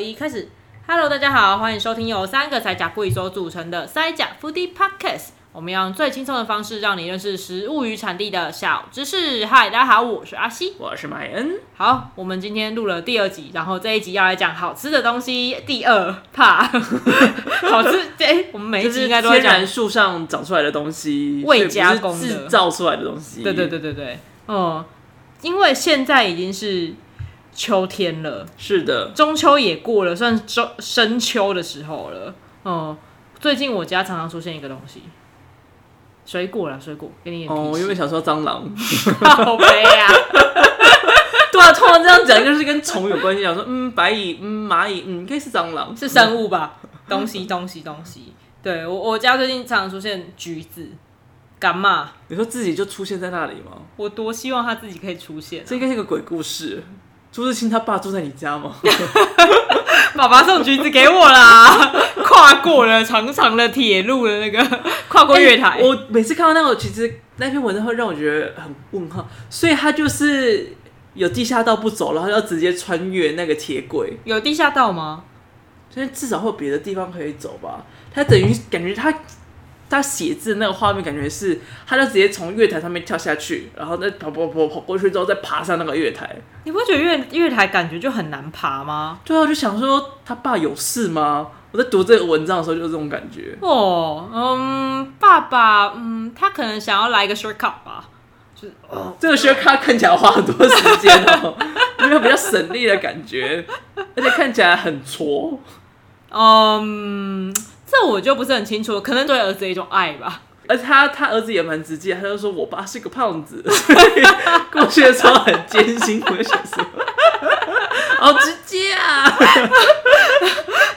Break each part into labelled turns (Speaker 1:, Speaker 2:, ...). Speaker 1: 一开始，Hello，大家好，欢迎收听由三个塞甲贵所组成的塞甲 Foodie Podcast。我们要用最轻松的方式让你认识食物与产地的小知识。嗨，大家好，我是阿西。
Speaker 2: 我是麦恩，
Speaker 1: 好，我们今天录了第二集，然后这一集要来讲好吃的东西。第二怕 好吃，对，我们每一
Speaker 2: 就是
Speaker 1: 集应该都会
Speaker 2: 天
Speaker 1: 讲
Speaker 2: 然树上长出来的东西，
Speaker 1: 未
Speaker 2: 所以不是
Speaker 1: 加工的
Speaker 2: 制造出来的东西。
Speaker 1: 对对，对对对，哦、因为现在已经是秋天了，
Speaker 2: 是的，
Speaker 1: 中秋也过了，算中深秋的时候了。哦、最近我家常常出现一个东西，水果啦，水果，给你一点
Speaker 2: 哦，
Speaker 1: 提
Speaker 2: 我原
Speaker 1: 示。
Speaker 2: 本想说蟑螂，
Speaker 1: 好悲啊！
Speaker 2: 对啊，突然这样讲就是跟虫有关系，想说嗯，白蚁，嗯，蚂蚁，嗯，应该是蟑螂，
Speaker 1: 是生物吧？东西，东西，东西。对我，我家最近常常出现橘子，干嘛？
Speaker 2: 你说自己就出现在那里吗？
Speaker 1: 我多希望它自己可以出现啊、
Speaker 2: 这应该是个鬼故事。朱自清他爸住在你家 吗？
Speaker 1: 爸爸送橘子给我啦， 跨过了长长的铁路的那个，跨过月台。
Speaker 2: 欸我每次看到那个，其实那篇文章会让我觉得很问号，所以他就是有地下道不走，然后要直接穿越那个铁轨。
Speaker 1: 有地下道吗？
Speaker 2: 所以至少会有别的地方可以走吧。他等于感觉他他写字那个画面，感觉是他就直接从月台上面跳下去，然后再跑跑跑跑过去之后再爬上那个月台。
Speaker 1: 你不觉得月月台感觉就很难爬吗？
Speaker 2: 对啊，我就想说他爸有事吗？我在读这个文章的时候就是这种感觉。
Speaker 1: 哦，嗯，爸爸，嗯，他可能想要来一个 shortcut 吧，就是哦，
Speaker 2: 这个 s h o t 看起来花很多时间哦， 因为比较省力的感觉，而且看起来很挫。
Speaker 1: 嗯，这我就不是很清楚，可能对儿子的一种爱吧。
Speaker 2: 而且他他儿子也蛮直接，他就说我爸是个胖子，所以过去的时候很艰辛。我就想说， 哦好直接啊！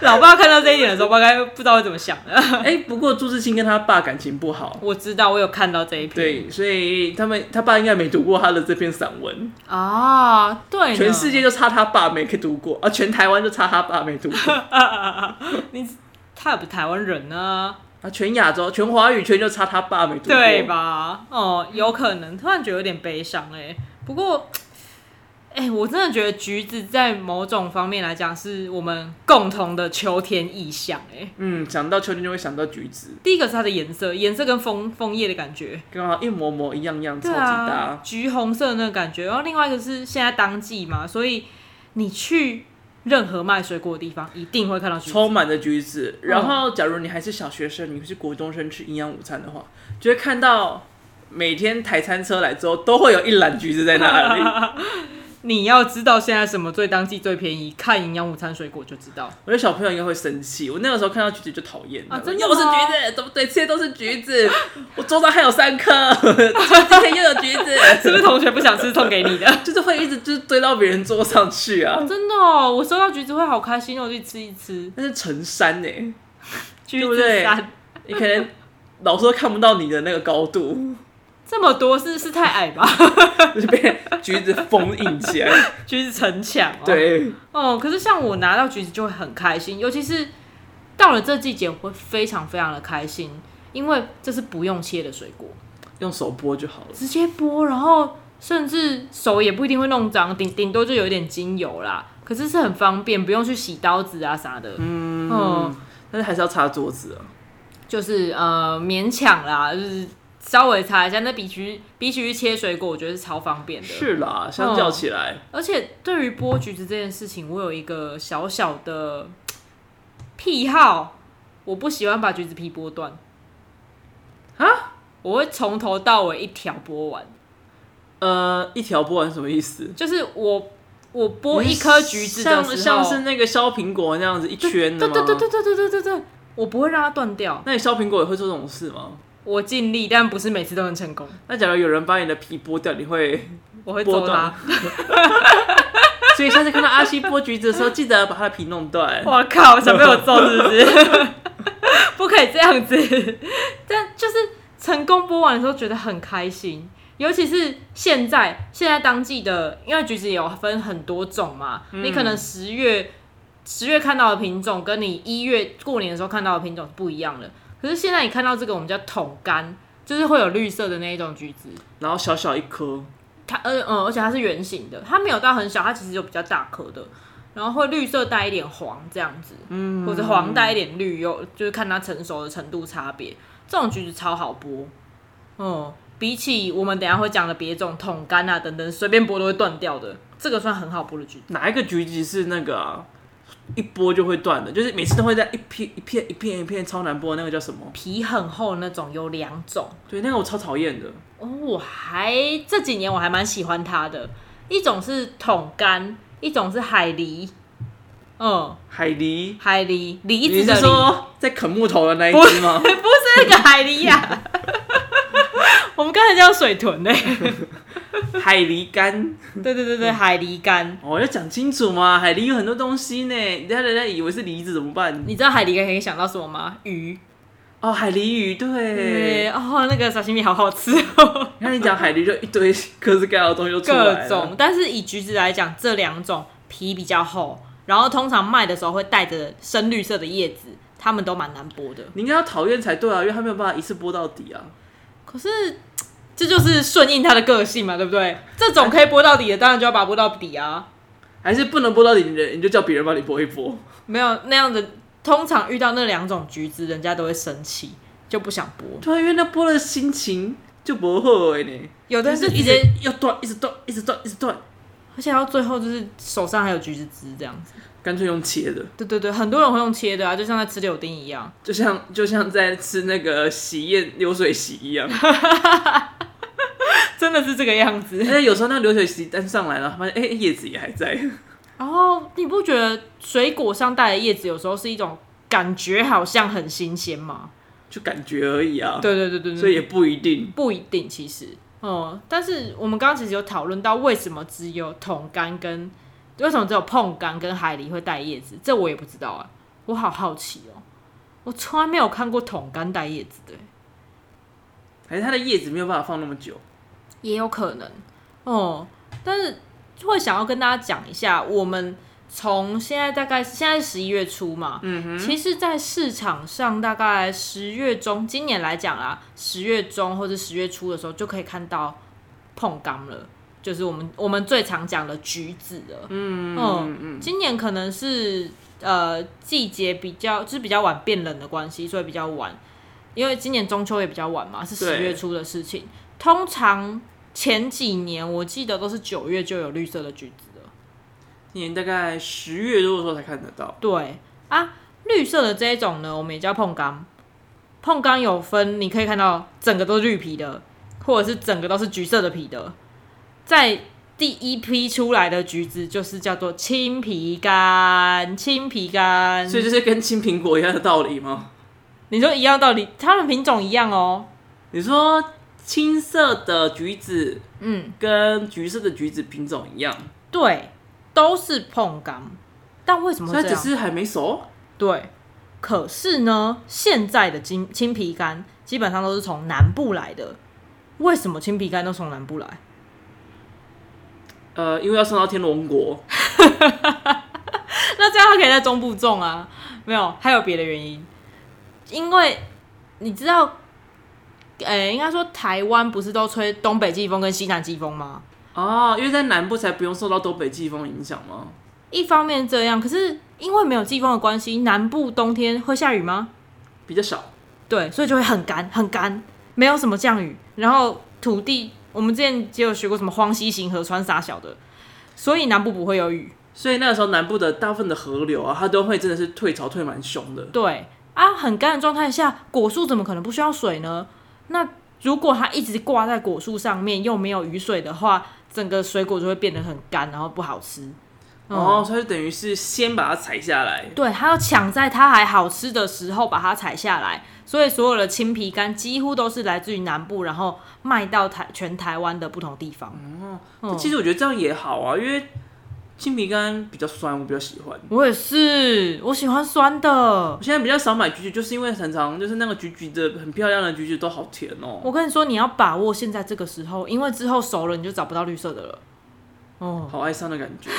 Speaker 1: 老爸看到这一点的时候，大概不知道会怎么想的。
Speaker 2: 哎、不过朱自清跟他爸感情不好，
Speaker 1: 我知道，我有看到这一篇。
Speaker 2: 对，所以他们他爸应该没读过他的这篇散文，
Speaker 1: 啊，对呢，
Speaker 2: 全世界就差他爸没可以读过，啊，全台湾就差他爸没 读过，
Speaker 1: 你他也不是台湾人啊，
Speaker 2: 啊，全亚洲全华语圈就差他爸没读过，
Speaker 1: 对？吧？哦，有可能，突然觉得有点悲伤哎、不过，哎、我真的觉得橘子在某种方面来讲是我们共同的秋天意象哎、
Speaker 2: 嗯，想到秋天就会想到橘子，
Speaker 1: 第一个是它的颜色，颜色跟枫枫叶的感觉，
Speaker 2: 刚好一模模一样样，超
Speaker 1: 对
Speaker 2: 级
Speaker 1: 啊
Speaker 2: 搭，，
Speaker 1: 橘红色的那个感觉。然后另外一个是现在当季嘛，所以你去任何卖水果的地方，一定会看到橘子。
Speaker 2: 充满着橘子。
Speaker 1: 嗯
Speaker 2: 然后，假如你还是小学生，你是国中生吃营养午餐的话，就会看到每天台餐车来之后，都会有一篮橘子在那里。
Speaker 1: 你要知道现在什么最当季最便宜，看营养午餐水果就知道。
Speaker 2: 我觉得小朋友应该会生气。我那个时候看到橘子就讨厌
Speaker 1: 啊
Speaker 2: 了
Speaker 1: 真的
Speaker 2: 又是
Speaker 1: 吗
Speaker 2: 橘子，怎么对，切都是 橘子，我桌上还有三颗，今天又有橘
Speaker 1: 是不
Speaker 2: 子，
Speaker 1: 是同学不想吃送给你的？
Speaker 2: 就是会一直就是堆到别人桌上去啊。
Speaker 1: 真的哦，我收到橘子会好开心哦，我去吃一吃
Speaker 2: 那是成山呢、
Speaker 1: 橘
Speaker 2: 对不
Speaker 1: 子
Speaker 2: 对
Speaker 1: 山。
Speaker 2: 你可能老师都看不到你的那个高度，
Speaker 1: 这么多是是太矮吧？
Speaker 2: 就是被橘子封印起 来。
Speaker 1: 橘子城墙、哦。，
Speaker 2: 对，
Speaker 1: 哦，可是像我拿到橘子就会很开心，尤其是到了这季节，我会非常非常的开心，因为这是不用切的水果，
Speaker 2: 用手剥就好了。
Speaker 1: 直接剥，然后甚至手也不一定会弄脏，顶顶多就有一点精油啦。可是是很方便，不用去洗刀子啊啥的。嗯，
Speaker 2: 但是还是要擦桌子啊。
Speaker 1: 就是呃勉强啦，就是稍微擦一下。那比起比起去切水果，我觉得是超方便的。
Speaker 2: 是啦，啊相较起来，
Speaker 1: 而且对于剥橘子这件事情，我有一个小小的癖好，我不喜欢把橘子皮剥断啊，我会从头到尾一条剥完，哦
Speaker 2: 呃，一条剥完什么意思？
Speaker 1: 就是我我剥一颗橘子的时候，
Speaker 2: 像像是那个削苹果那样子一圈
Speaker 1: 对
Speaker 2: 的吗？
Speaker 1: 对对对对对对对对，我不会让它断掉，
Speaker 2: 那你削苹果也会做这种事吗？
Speaker 1: 我尽力，但不是每次都能成功，
Speaker 2: 那假如有人把你的皮剥掉，你会？
Speaker 1: 我会
Speaker 2: 剥
Speaker 1: 揍
Speaker 2: 断
Speaker 1: 它。
Speaker 2: 所以下次看到阿西剥橘子的时候，记得把他的皮弄 断。
Speaker 1: 我靠，想被我揍是不是？ 不可以这样子。 但就是成功播完的时候觉得很开心，尤其是现在现在当季的，因为橘子有分很多种嘛，你可能十月十月看到的品种，跟你一月过年的时候看到的品种是不一样的。可是现在你看到这个，我们叫桶干，就是会有绿色的那一种橘子，
Speaker 2: 然后小小一颗，
Speaker 1: 它呃嗯，而且它是圆形的，它没有到很小，它其实有比较大颗的。然后会绿色带一点黄这样子，
Speaker 2: 嗯
Speaker 1: 或者黄带一点绿，又就是看它成熟的程度差别。这种橘子超好剥，嗯，比起我们等一下会讲的别种桶干啊等等，随便剥都会断掉的，这个算很好剥的橘子。
Speaker 2: 哪一个橘子是那个啊、一剥就会断的？就是每次都会在一片一片一片一片超难剥，那个叫什么？
Speaker 1: 皮很厚的那种有两种，
Speaker 2: 对，那个我超讨厌的。
Speaker 1: 哦，我还这几年我还蛮喜欢它的，一种是桶干，一种是海梨，嗯，
Speaker 2: 海狸，
Speaker 1: 海梨梨
Speaker 2: 你
Speaker 1: 子
Speaker 2: 是
Speaker 1: 的梨，
Speaker 2: 说在啃木头的那一只吗？
Speaker 1: 不是那个海梨呀、我们刚才叫水豚呢、
Speaker 2: 海狸干，
Speaker 1: 对对对对，海梨干。
Speaker 2: 哦，要讲清楚嘛。海狸有很多东西呢，人家人家以为是梨子怎么办？
Speaker 1: 你知道海梨干可以想到什么吗？鱼。
Speaker 2: 哦，海狸鱼，对。
Speaker 1: 对哦，那个沙西米好好吃哦，
Speaker 2: 你看你讲海狸，就一堆各式各样的东西都出来
Speaker 1: 各
Speaker 2: 了
Speaker 1: 种。但是以橘子来讲，这两种皮比较厚，然后通常卖的时候会带着深绿色的叶子，它们都蛮难剥的。
Speaker 2: 你应该要讨厌才对啊，因为他没有办法一次剥到底啊。
Speaker 1: 可是这就是顺应他的个性嘛，对不对？这种可以剥到底的，当然就要把它剥到底啊。
Speaker 2: 还是不能剥到底，你你就叫别人帮你剥一 剥。
Speaker 1: 没有那样子，通常遇到那两种橘子，人家都会生气，就不想剥。
Speaker 2: 对啊，因为那剥的心情就不好哎呢。
Speaker 1: 有的人
Speaker 2: 就是
Speaker 1: 直
Speaker 2: 一
Speaker 1: 接，
Speaker 2: 直要断，一直断，一直断，一直断，
Speaker 1: 而且到最后就是手上还有橘子汁这样子。
Speaker 2: 干脆用切的，
Speaker 1: 对对对，很多人会用切的啊，就像在吃柳丁一样。
Speaker 2: 就像就像在吃那个喜宴流水席一 样。
Speaker 1: 真的是这个样子。
Speaker 2: 而哎且有时候那个流水席单上来了，发现哎、叶子也还在，
Speaker 1: 然后你不觉得水果上带的叶子有时候是一种感觉好像很新鲜吗？
Speaker 2: 就感觉而已啊。
Speaker 1: 对对对对对，
Speaker 2: 所以也不一定。
Speaker 1: 不一定，其实，嗯，但是我们刚刚其实有讨论到为什么只有桶柑跟为什么只有碰柑跟海狸会带叶子，这我也不知道啊，我好好奇哦，我从来没有看过桶柑带叶子的欸，
Speaker 2: 还是它的叶子没有办法放那么久。
Speaker 1: 也有可能哦、但是会想要跟大家讲一下，我们从现在大概现在十一月初嘛，
Speaker 2: 嗯哼，
Speaker 1: 其实，在市场上大概十月中，今年来讲啦，十月中或者十月初的时候就可以看到碰柑了，就是我们我们最常讲的橘子了。嗯嗯嗯，今年可能是呃季节比较就是比较晚变冷的关系，所以比较晚，因为今年中秋也比较晚嘛，是十
Speaker 2: 对
Speaker 1: 月初的事情。通常前几年我记得都是九月就有绿色的橘子了。
Speaker 2: 今年大概十月多的时候才看得到。
Speaker 1: 对啊，绿色的这一种呢，我们也叫碰柑。碰柑有分，你可以看到整个都是绿皮的，或者是整个都是橘色的皮的。在第一批出来的橘子就是叫做青皮柑，青皮柑，
Speaker 2: 所以就是跟青苹果一样的道理吗？
Speaker 1: 你说一样道理，它们品种一样哦。
Speaker 2: 你说青色的橘子
Speaker 1: 嗯，
Speaker 2: 跟橘色的橘子品种一样，
Speaker 1: 对，都是碰柑，但为什么会
Speaker 2: 所以
Speaker 1: 这
Speaker 2: 它
Speaker 1: 样
Speaker 2: 只？是还没熟。
Speaker 1: 对，可是呢，现在的青青皮柑基本上都是从南部来的。为什么青皮柑都从南部来？
Speaker 2: 呃，因为要送到天龙国，
Speaker 1: 那这样它可以在中部种啊？没有，还有别的原因，因为你知道，呃、应该说台湾不是都吹东北季风跟西南季风吗？
Speaker 2: 哦，因为在南部才不用受到东北季风影响吗？
Speaker 1: 一方面这样，可是因为没有季风的关系，南部冬天会下雨吗？
Speaker 2: 比较少，
Speaker 1: 对，所以就会很干很干，没有什么降雨，然后土地我们之前也有学过什么荒溪型河川啥小的，所以南部不会有雨。
Speaker 2: 所以那个时候南部的大部分的河流啊，它都会真的是退潮退蛮凶的。
Speaker 1: 对啊，很干的状态下，果树怎么可能不需要水呢？那如果它一直挂在果树上面又没有雨水的话，整个水果就会变得很干，然后不好吃。嗯
Speaker 2: 哦，所以等于是先把它采下来，
Speaker 1: 对，它要抢在它还好吃的时候把它采下来，所以所有的青皮柑几乎都是来自于南部，然后卖到台全台湾的不同地方。哦
Speaker 2: 其实我觉得这样也好啊，因为青皮柑比较酸，我比较喜欢。
Speaker 1: 我也是，我喜欢酸的
Speaker 2: 我。现在比较少买橘子，就是因为常常就是那个橘橘的很漂亮的橘子都好甜哦。
Speaker 1: 我跟你说，你要把握现在这个时候，因为之后熟了你就找不到绿色的了。哦，
Speaker 2: 好哀伤的感觉。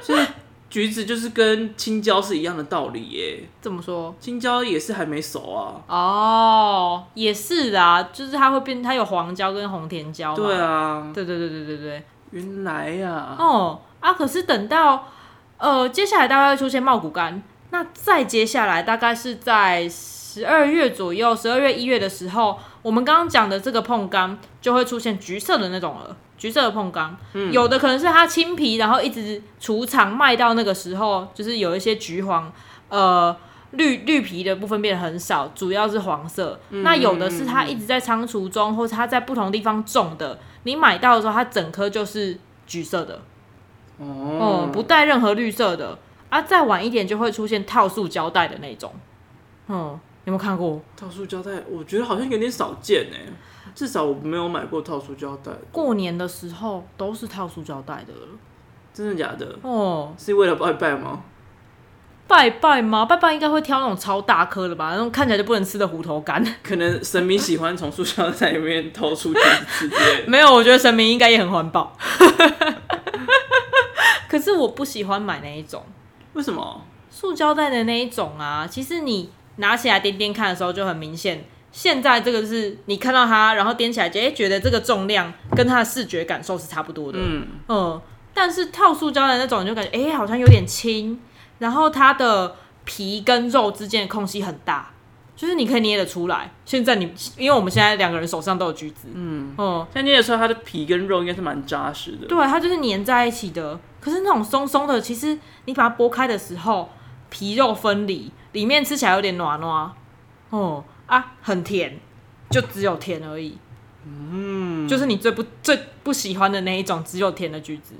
Speaker 2: 所以橘子就是跟青椒是一样的道理耶，
Speaker 1: 怎么说？
Speaker 2: 青椒也是还没熟啊。
Speaker 1: 哦，也是啦，就是它会变，它有黄椒跟红甜椒嘛。
Speaker 2: 对啊，
Speaker 1: 对对对对对对。
Speaker 2: 原来呀、啊，
Speaker 1: 哦啊，可是等到呃，接下来大概会出现茂谷柑，那再接下来大概是在十二月左右，十二月一月的时候，我们刚刚讲的这个碰柑就会出现橘色的那种了，橘色的碰柑，有的可能是它青皮，然后一直储藏卖到那个时候，就是有一些橘黄，呃。绿绿皮的部分变得很少，主要是黄色。那有的是它一直在仓储中，或是它在不同地方种的。你买到的时候，它整颗就是橘色的，哦、
Speaker 2: 哦，
Speaker 1: 不带任何绿色的啊。再晚一点就会出现套塑胶袋的那种，嗯，有没有看过？
Speaker 2: 套塑胶袋，我觉得好像有点少见哎，至少我没有买过套塑胶袋，
Speaker 1: 过年的时候都是套塑胶袋的了
Speaker 2: 真的假的？
Speaker 1: 哦。
Speaker 2: 是为了拜拜吗？
Speaker 1: 拜拜吗？拜拜应该会挑那种超大颗的吧，那种看起来就不能吃的虎头柑。
Speaker 2: 可能神明喜欢从塑胶袋里面掏出橘子之类的。
Speaker 1: 没有，我觉得神明应该也很环保。 可是我不喜欢买那一种
Speaker 2: 为什么？
Speaker 1: 塑胶袋的那一种啊，其实你拿起来掂掂看的时候就很明显。现在这个就是你看到它，然后掂起来，哎，觉得这个重量跟它的视觉感受是差不多的。
Speaker 2: 嗯，
Speaker 1: 嗯，但是套塑胶的那种，你就感觉哎、诶好像有点轻，然后它的皮跟肉之间的空隙很大，就是你可以捏得出来。现在你，因为我们现在两个人手上都有橘子，嗯嗯，
Speaker 2: 像你也说它的皮跟肉应该是蛮扎实的。
Speaker 1: 对，它就是粘在一起的。可是那种松松的，其实你把它剥开的时候，皮肉分离，里面吃起来有点软软，哦、啊，很甜，就只有甜而已。嗯，就是你最不最不喜欢的那一种，只有甜的橘子。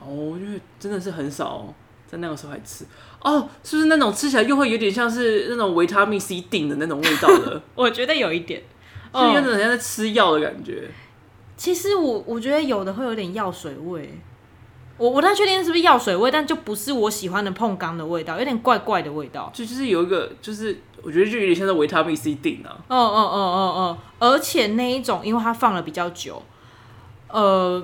Speaker 2: 哦，因为真的是很少在那个时候还吃。哦，是不是那种吃起来又会有点像是那种维他命 C 定的那种味道的？
Speaker 1: 我觉得有一点，
Speaker 2: 就有
Speaker 1: 嗯，
Speaker 2: 点像在吃药的感觉。
Speaker 1: 其实我我觉得有的会有点药水味，我我不太确定是不是药水味，但就不是我喜欢的碰缸的味道，有点怪怪的味道。
Speaker 2: 就就是有一个，就是我觉得就有点像是维他命 C 定啊。
Speaker 1: 哦哦哦哦哦，而且那一种因为它放了比较久，呃，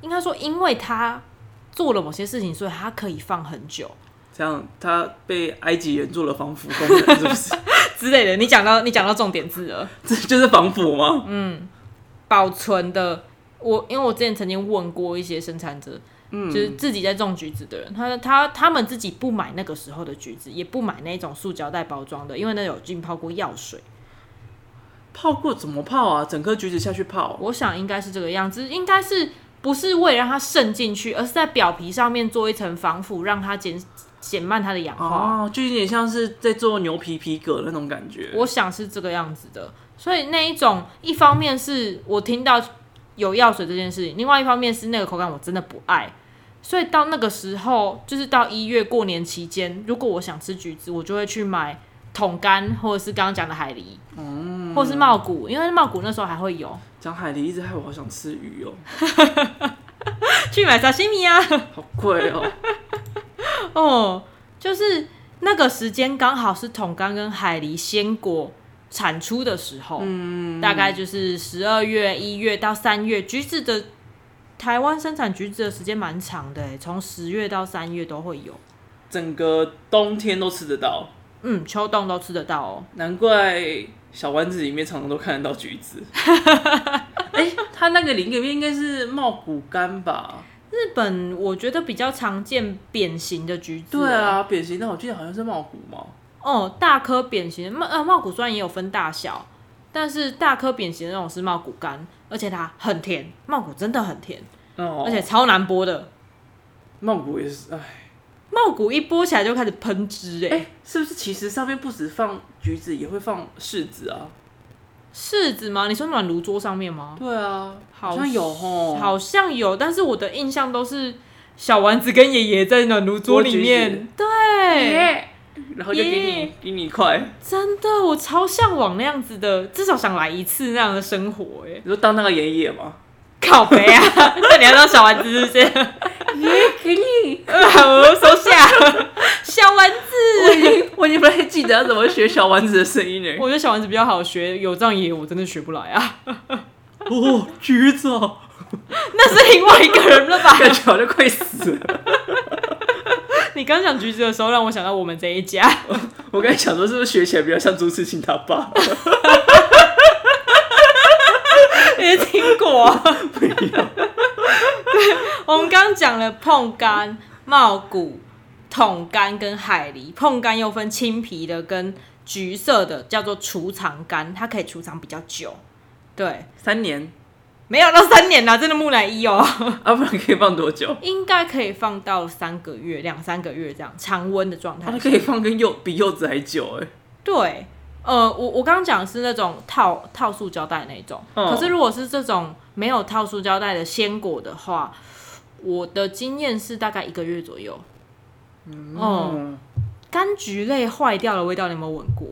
Speaker 1: 应该说因为它做了某些事情，所以它可以放很久
Speaker 2: 这样，它被埃及人做了防腐功能，是不是？
Speaker 1: 之类的。你讲到你讲到重点字了。
Speaker 2: 这就是防腐吗？
Speaker 1: 保存的，我因为我之前曾经问过一些生产者，就是自己在种橘子的人，他他他们自己不买那个时候的橘子，也不买那种塑胶袋包装的，因为那有浸泡过药水。
Speaker 2: 泡过怎么泡啊？整颗橘子下去泡，
Speaker 1: 我想应该是这个样子，应该是不是为了让它渗进去，而是在表皮上面做一层防腐，让它减减慢它的氧化。
Speaker 2: 哦，就有点像是在做牛皮皮革那种感觉。
Speaker 1: 我想是这个样子的。所以那一种，一方面是我听到有药水这件事情，另外一方面是那个口感我真的不爱。所以到那个时候，就是到一月过年期间，如果我想吃橘子，我就会去买桶干，或者是刚刚讲的海梨，或是茂谷，因为茂谷那时候还会有
Speaker 2: 讲海狸一直害我好想吃鱼哦，
Speaker 1: 去买沙西米啊。
Speaker 2: 好贵哦。
Speaker 1: 哦，就是那个时间刚好是桶干跟海狸鲜果产出的时候，嗯，大概就是十二月、一月到三月，橘子的台湾生产橘子的时间蛮长的欸，从十月到三月都会有，
Speaker 2: 整个冬天都吃得到，
Speaker 1: 嗯，秋冬都吃得到哦。
Speaker 2: 难怪小丸子里面常常都看得到橘 子。哎、它那个里面应该是茂谷柑吧？
Speaker 1: 日本我觉得比较常见扁形的橘子，欸
Speaker 2: 对，啊，扁形的我记得好像是茂谷嘛。
Speaker 1: 哦，大颗扁形茂呃茂谷虽然也有分大小，但是大颗扁形的那种是茂谷柑，而且它很甜，茂谷真的很甜，
Speaker 2: 哦，
Speaker 1: 而且超难剥的。
Speaker 2: 茂谷也是，哎，
Speaker 1: 茂谷一剥起来就开始喷汁、欸，
Speaker 2: 哎、是不是其实上面不止放橘子，也会放柿子啊？
Speaker 1: 柿子吗？你说暖炉桌上面吗？
Speaker 2: 对啊，
Speaker 1: 好
Speaker 2: 好像有吼。
Speaker 1: 好像有，但是我的印象都是小丸子跟爷爷在暖炉桌里
Speaker 2: 剥橘
Speaker 1: 面
Speaker 2: 子，
Speaker 1: 对，
Speaker 2: 耶然后就给你
Speaker 1: 耶
Speaker 2: 给你一块，
Speaker 1: 真的，我超向往那样子的，至少想来一次那样的生活、欸，哎，
Speaker 2: 你说当那个爷爷嘛？
Speaker 1: 靠北啊， 那你要当小丸子是不是？
Speaker 2: 爷给你，
Speaker 1: 我收 下，小丸
Speaker 2: 我
Speaker 1: 子，
Speaker 2: 已经我已经不太记得要怎么学小丸子的声音了。
Speaker 1: 我觉得小丸子比较好学，有藏爷爷我真的学不来啊，
Speaker 2: 哦，橘子 哦，
Speaker 1: 那是另外一个人了吧？
Speaker 2: 感觉好像快死了。
Speaker 1: 你刚讲橘子的时候，让我想到我们这一家。
Speaker 2: 我刚才想说，是不是学起来比较像朱自清他爸？
Speaker 1: 也听过，对，我们刚刚讲了碰柑，茂谷、桶柑跟海梨。碰柑又分青皮的跟橘色的，叫做储藏柑，它可以储藏比较久。对，
Speaker 2: 三年
Speaker 1: 没有到三年啦，真的木乃伊哦、
Speaker 2: 啊，不然可以放多久？
Speaker 1: 应该可以放到三个月、两三个月这样常温的状态
Speaker 2: 啊，
Speaker 1: 下。
Speaker 2: 它可以放跟柚比柚子还久哎、
Speaker 1: 对，呃，我我刚刚讲的是那种套套塑胶袋那种，
Speaker 2: 嗯
Speaker 1: 可是如果是这种没有套塑胶袋的鲜果的话，我的经验是大概一个月左右。哦，
Speaker 2: 嗯，
Speaker 1: 柑橘类坏掉的味道你有没有闻过？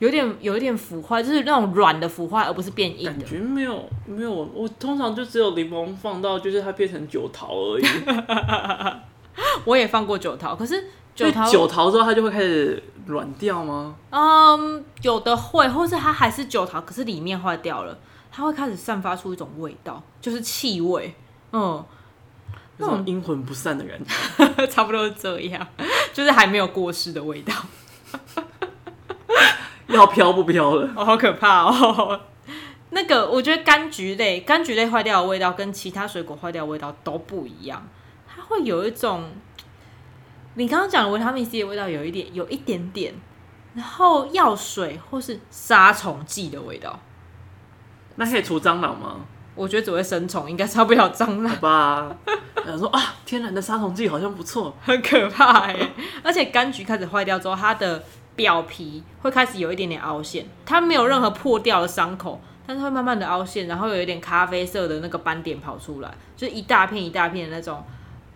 Speaker 1: 有点有一点腐坏，就是那种软的腐坏，而不是变硬
Speaker 2: 感
Speaker 1: 的。
Speaker 2: 觉没有没有，我通常就只有柠檬放到就是它变成酒桃而已，
Speaker 1: 我也放过酒桃，可是
Speaker 2: 就
Speaker 1: 酒桃，
Speaker 2: 酒桃之后它就会开始软掉吗？
Speaker 1: 嗯，有的会，或是它还是酒桃，可是里面坏掉了，它会开始散发出一种味道，就是气味。嗯，
Speaker 2: 那种阴魂不散的感 觉，
Speaker 1: 差不多是这样， 就是还没有过世的味道，
Speaker 2: 要飘不飘了？
Speaker 1: 哦，好可怕哦。 那个，我觉得柑橘类，柑橘类坏掉的味道跟其他水果坏掉的味道都不一样，它会有一种，你刚刚讲的维他命 C 的味道有一点，有一点点，然后药水或是杀虫剂的味道，
Speaker 2: 那可以除蟑螂吗？
Speaker 1: 我觉得只会生虫，应该杀不了蟑螂
Speaker 2: 好，吧， 想说啊，天然的杀虫剂好像不错，
Speaker 1: 很可怕哎、而且柑橘开始坏掉之后，它的表皮会开始有一点点凹陷，它没有任何破掉的伤口，但是会慢慢的凹陷，然后有一点咖啡色的那个斑点跑出来，就是一大片一大片的那种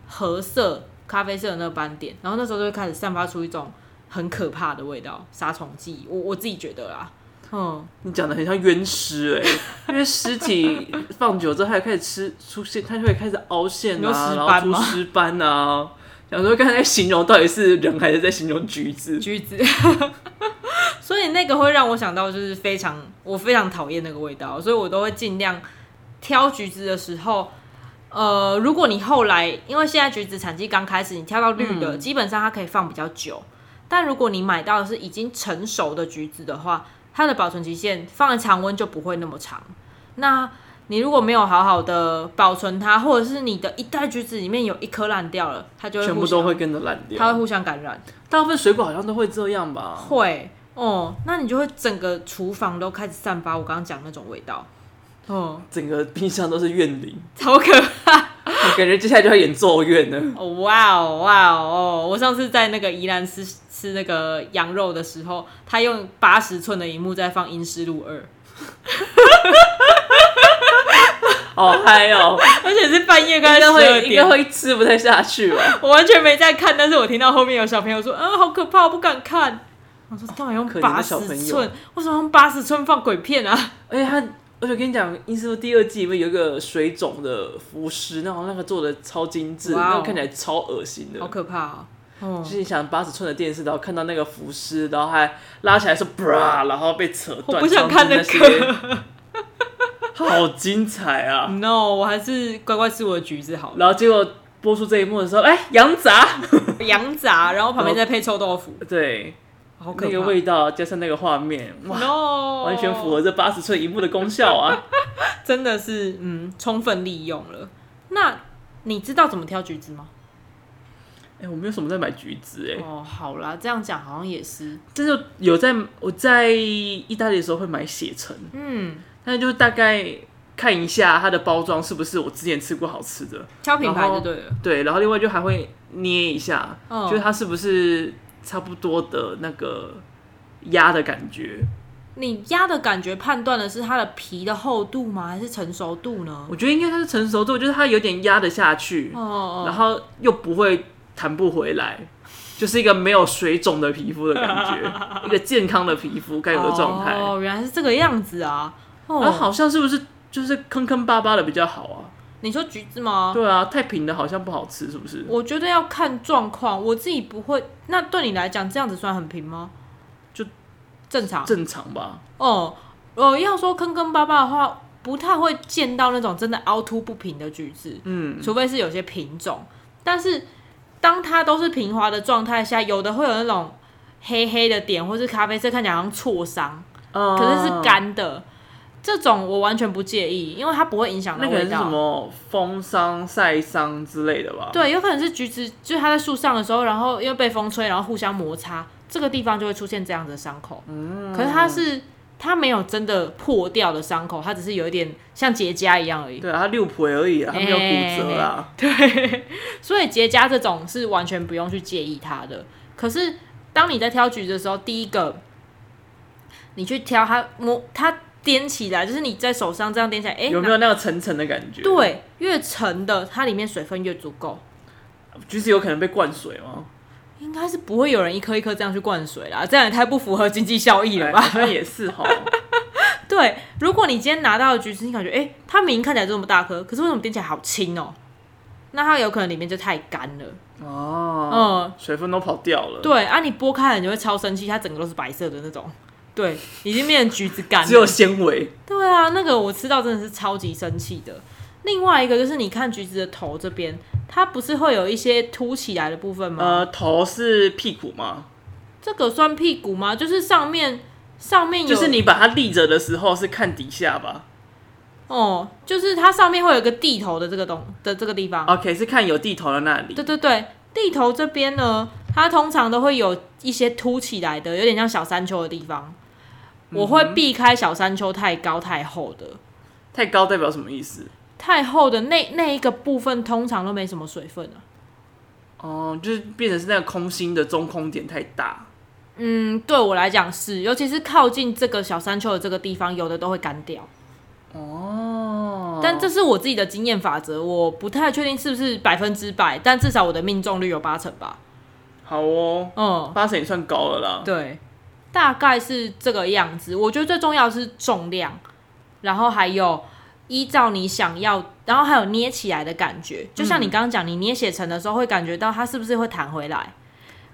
Speaker 1: 褐色、咖啡色的那个斑点，然后那时候就会开始散发出一种很可怕的味道，杀虫剂，我我自己觉得啦，嗯，
Speaker 2: 你讲的很像冤尸哎、 因为尸体放久之后，它也开始吃出现，它就会开始凹陷
Speaker 1: 你说
Speaker 2: 啊，
Speaker 1: 尸
Speaker 2: 然
Speaker 1: 斑
Speaker 2: 后出
Speaker 1: 吗
Speaker 2: 尸斑啊。想说刚才在形容到底是人还是在形容 橘子？
Speaker 1: 橘子。所以那个会让我想到，就是非常我非常讨厌那个味道，所以我都会尽量挑橘子的时候，呃，如果你后来因为现在橘子产季刚开始，你挑到绿
Speaker 2: 嗯
Speaker 1: 的，基本上它可以放比较久。但如果你买到的是已经成熟的橘子的话，它的保存期限放在常温就不会那么长。那你如果没有好好的保存它，或者是你的一袋橘子里面有一颗烂掉了，它就会
Speaker 2: 全部
Speaker 1: 互相
Speaker 2: 都会跟着烂
Speaker 1: 它会
Speaker 2: 掉。
Speaker 1: 互相感染。
Speaker 2: 大部分水果好像都会这 样吧？
Speaker 1: 会哦，那你就会整个厨房都开始散发我刚刚讲那种味道，哦，
Speaker 2: 整个冰箱都是怨灵，
Speaker 1: 超可怕！
Speaker 2: 我感觉接下来就要演咒怨 了。
Speaker 1: 哦哇哦哇哦哦！我上次在那个宜兰吃吃那个羊肉的时候，他用八十寸的荧幕在放《阴尸路二》，
Speaker 2: 好嗨哦！
Speaker 1: 而且是半夜
Speaker 2: 应
Speaker 1: 刚才
Speaker 2: 该
Speaker 1: 十二
Speaker 2: 会应该
Speaker 1: 点。
Speaker 2: 会吃不太下去吧？
Speaker 1: 我完全没在看，但是我听到后面有小朋友说：“嗯，好可怕，我不敢看。”我说：“干嘛用
Speaker 2: 可怜
Speaker 1: 八
Speaker 2: 的
Speaker 1: 十
Speaker 2: 小朋友
Speaker 1: 寸？为什么用八十寸放鬼片啊？
Speaker 2: 而且他，而且我跟你讲，《医师》第二季里面有一个水肿的服饰，然后那个做的超精致，
Speaker 1: 哇哦
Speaker 2: 那个看起来超恶心的
Speaker 1: 好。可怕啊！”哦
Speaker 2: 就，是你想八十寸的电视，然后看到那个服饰，然后还拉起来说 bra，然后被扯断，
Speaker 1: 我不想看那个
Speaker 2: 上面那些 好精彩啊！
Speaker 1: 哦 No，我还是乖乖吃我的橘子好了。
Speaker 2: 然后结果播出这一幕的时候，哎，羊杂，
Speaker 1: 羊杂，然后旁边再配臭豆腐，
Speaker 2: 对，
Speaker 1: 好可怕。
Speaker 2: 那个味道加上那个画面，哇，
Speaker 1: no，
Speaker 2: 完全符合这八十寸荧幕的功效啊！
Speaker 1: 真的是嗯，充分利用了。那你知道怎么挑橘子吗？
Speaker 2: 哎、我没有什么在买橘子、哎、
Speaker 1: 哦，好啦，这样讲好像也是，
Speaker 2: 但是有在我在意大利的时候会买血橙，
Speaker 1: 嗯，
Speaker 2: 那就大概看一下它的包装是不是我之前吃过好吃的，
Speaker 1: 挑品牌就对了。
Speaker 2: 对，然后另外就还会捏一下，
Speaker 1: 嗯
Speaker 2: 就是它是不是差不多的那个压的感觉。
Speaker 1: 你压的感觉判断的是它的皮的厚度吗？还是成熟度呢？
Speaker 2: 我觉得应该它是成熟度，就是它有点压得下去，
Speaker 1: 哦哦
Speaker 2: 然后又不会弹不回来，就是一个没有水肿的皮肤的感觉，一个健康的皮肤该有的状态。
Speaker 1: 哦，原来是这个样子啊。
Speaker 2: 然
Speaker 1: 哦，
Speaker 2: 后好像是不是就是坑坑巴巴的比较好啊？
Speaker 1: 你说橘子吗？
Speaker 2: 对啊，太平的好像不好吃，是不是？
Speaker 1: 我觉得要看状况，我自己不会。那对你来讲，这样子算很平吗？
Speaker 2: 就
Speaker 1: 正常。
Speaker 2: 正常吧？
Speaker 1: 哦，呃，要说坑坑巴巴的话，不太会见到那种真的凹凸不平的橘子，
Speaker 2: 嗯，
Speaker 1: 除非是有些品种。但是当它都是平滑的状态下，有的会有那种黑黑的点，或是咖啡色，看起来好像挫伤，可
Speaker 2: 可
Speaker 1: 是是，干的。这种我完全不介意，因为它不会影响到
Speaker 2: 那个
Speaker 1: 味
Speaker 2: 人是什
Speaker 1: 道。
Speaker 2: 么风伤、晒伤之类的吧？
Speaker 1: 对，有可能是橘子，就是它在树上的时候，然后又被风吹，然后互相摩擦，这个地方就会出现这样的伤口。嗯，可是它是它没有真的破掉的伤口，它只是有一点像结痂一样而已。
Speaker 2: 对啊，他六腿而已啊，他没有骨折啊。
Speaker 1: 所以结痂这种是完全不用去介意它的。可是当你在挑橘子的时候，第一个，你去挑它摸它掂起来，就是你在手上这样掂起来，哎、
Speaker 2: 有没
Speaker 1: 哪
Speaker 2: 有那个层层的感觉？，
Speaker 1: 对，越沉的它里面水分越足够，
Speaker 2: 橘子有可能被灌水吗？
Speaker 1: 应该是不会有人一颗一颗这样去灌水啦，这样也太不符合经济效益了吧？
Speaker 2: 哎好像也是哈。
Speaker 1: 对，如果你今天拿到的橘子，你感觉哎、诶它明明看起来这么大颗，可是为什么掂起来好轻哦、那它有可能里面就太干了，
Speaker 2: 哦，
Speaker 1: 嗯，
Speaker 2: 水分都跑掉了，
Speaker 1: 对啊，你剥开了你就会超生气，它整个都是白色的那种，对，已经变成橘子干了。
Speaker 2: 只有纤维。
Speaker 1: 对啊，那个我吃到真的是超级生气的。另外一个就是你看橘子的头这边，它不是会有一些凸起来的部分吗？
Speaker 2: 呃，头是屁股吗？
Speaker 1: 这个算屁股吗？就是上面上面有，
Speaker 2: 就是你把它立着的时候是看底下吧
Speaker 1: 哦，就是它上面会有一个地头的这个东的这个地方。
Speaker 2: ？OK，是看有地头的那里。
Speaker 1: 对对对，地头这边呢，它通常都会有一些凸起来的，有点像小山丘的地方。我会避开小山丘太高太厚的，
Speaker 2: 太高代表什么意思？
Speaker 1: 太厚的那那一个部分通常都没什么水分啊。
Speaker 2: 哦，就是变成是那个空心的中空点太大。
Speaker 1: 嗯，对我来讲是，尤其是靠近这个小山丘的这个地方，有的都会干掉。
Speaker 2: 哦，
Speaker 1: 但这是我自己的经验法则，我不太确定是不是百分之百，但至少我的命中率有八成吧。
Speaker 2: 好哦，
Speaker 1: 嗯，
Speaker 2: 八成也算高了啦。
Speaker 1: 对，大概是这个样子。我觉得最重要的是重量，然后还有依照你想要，然后还有捏起来的感觉。就
Speaker 2: 嗯
Speaker 1: 像你刚刚讲，你捏写成的时候会感觉到它是不是会弹回来？